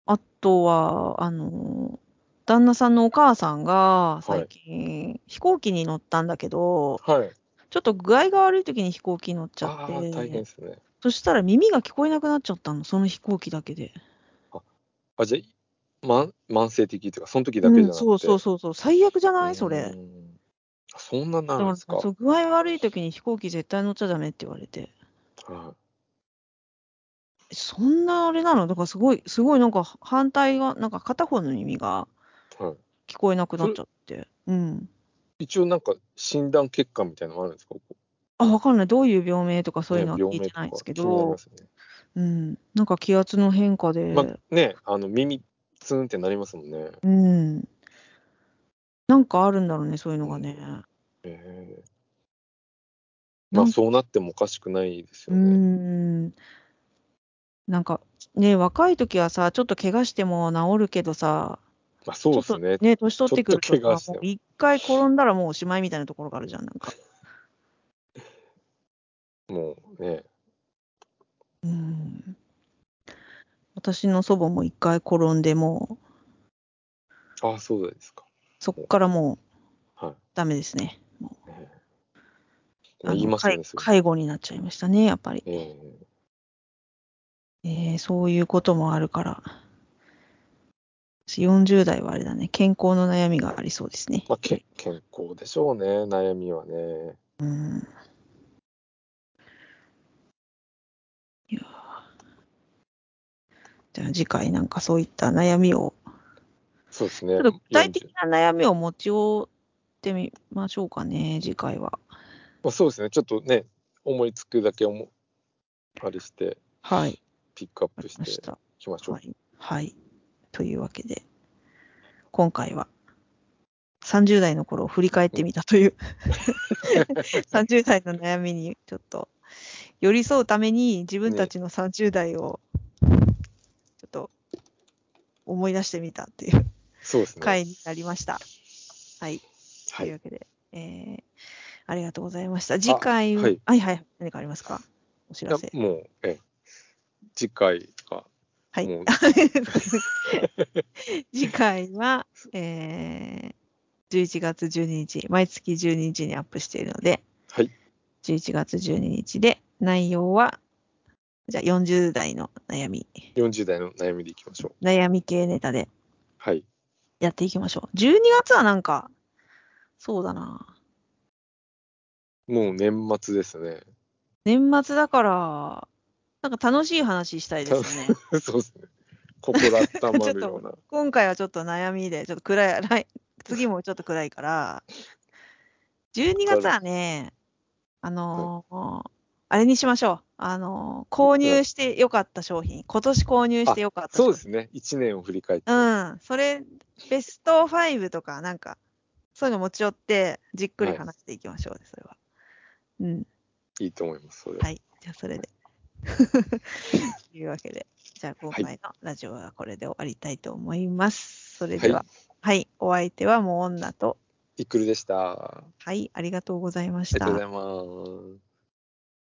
あとは、あの、旦那さんのお母さんがい最近、飛行機に乗ったんだけど、はい。ちょっと具合が悪い時に飛行機に乗っちあゃあって、ー、大変ですね。そしたら耳が聞こえなくなっちゃったの、その飛行機だけで。あ、じゃあ、ま、慢性的というか、その時だけじゃなうくて。ん、そうそうそうそう、最悪じゃうないんそれ。。あそんなになだかるんでらすか。そう具合悪い時に飛行機絶対乗っちゃダメって言われて。はそんなあれなのだからすごい、すごいなんか反対が、なんか片方の耳がい。はい。聞こえなくなっちゃって。うん。一応なんか診断結果みたいなのあるんですかここあ、わかんない。どういう病名とかそういうのはね病聞い名てとかないですけ気になりどま、すよね。うん。なんか気圧の変化で、まあね、あの耳ツーンってなりますもんね。うん。なんかあるんだろうね、そういうのがね。ええまあなんそうなってもおかしくないですうよね。ん。なんかね、若い時はさ、ちょっと怪我しても治るけどさ、まあそうちょでっとすね。ね、年取ってくるちとょっと怪我しさ、てももう一回転んだらもうおしまいみたいなところがあるじゃん、なんか。もうね。うん私の祖母も一回転んでもう、ああ、そうですか。そこからもはうダメですね。い。ねあまあ、の言いますよね、介すぐ。介護になっちゃいましたね、やっぱり。えええーそういうこともあるから。40代はあれだね、健康の悩みがありそうですね。まあけ健康でしょうね、悩みはね。うんいやーじゃあ次回なんかそういった悩みを、そうですちねょっと。具体40的な悩みを持ち寄ってみましょうかね、次回は。まあ、そうですね。ちょっとね、思いつくだけ思うあれして、はい、ピックアわップかしりまていした。きましょう。はい。はい。というわけで、今回は30代の頃を振り返ってみたと <laughs> いう、30代の悩みにちょっと寄り添うために自分たちの30代をちょっと思い出してみたっていうそうですね。回になりました。はい。はというい。わけで、えーありがとうございました。次回は、ははいい、はいはい何かありますかお知いらやせ。もう、ええ、次回か。はいもう <laughs> 次回は、えー、11月12日、毎月12日にアップしているので、はい。 11月12日で、内容は、じゃあ40代の悩み、 40代の悩みでいきましょう。悩み系ネタではい。やっていきましょう。12月はなんか、そうだな。もう年末ですね。年末だから、なんか楽しい話したいです <laughs> ね。そうですね。心温まるような。今回はちょっと悩みで、ちょっと <laughs> 暗い、来次もちょっと暗いから、12月はね、あのーあれにしましょう。あのー購入してよかった商品、今年購入してよかった商そう品。ですね。1年を振り返って。うん、それ、ベスト5とか、なんか、そういうの持ち寄って、じっくり話していきましょうね、それは。うん、いいと思います。それははい、じゃあそれで。 <laughs> というわけで、じゃあ今回のラジオはこれで終わりたいと思います。それでは、はい、お相手はもう女と、いくるでした。あはい、ありがとうございましりがとうたござ。います。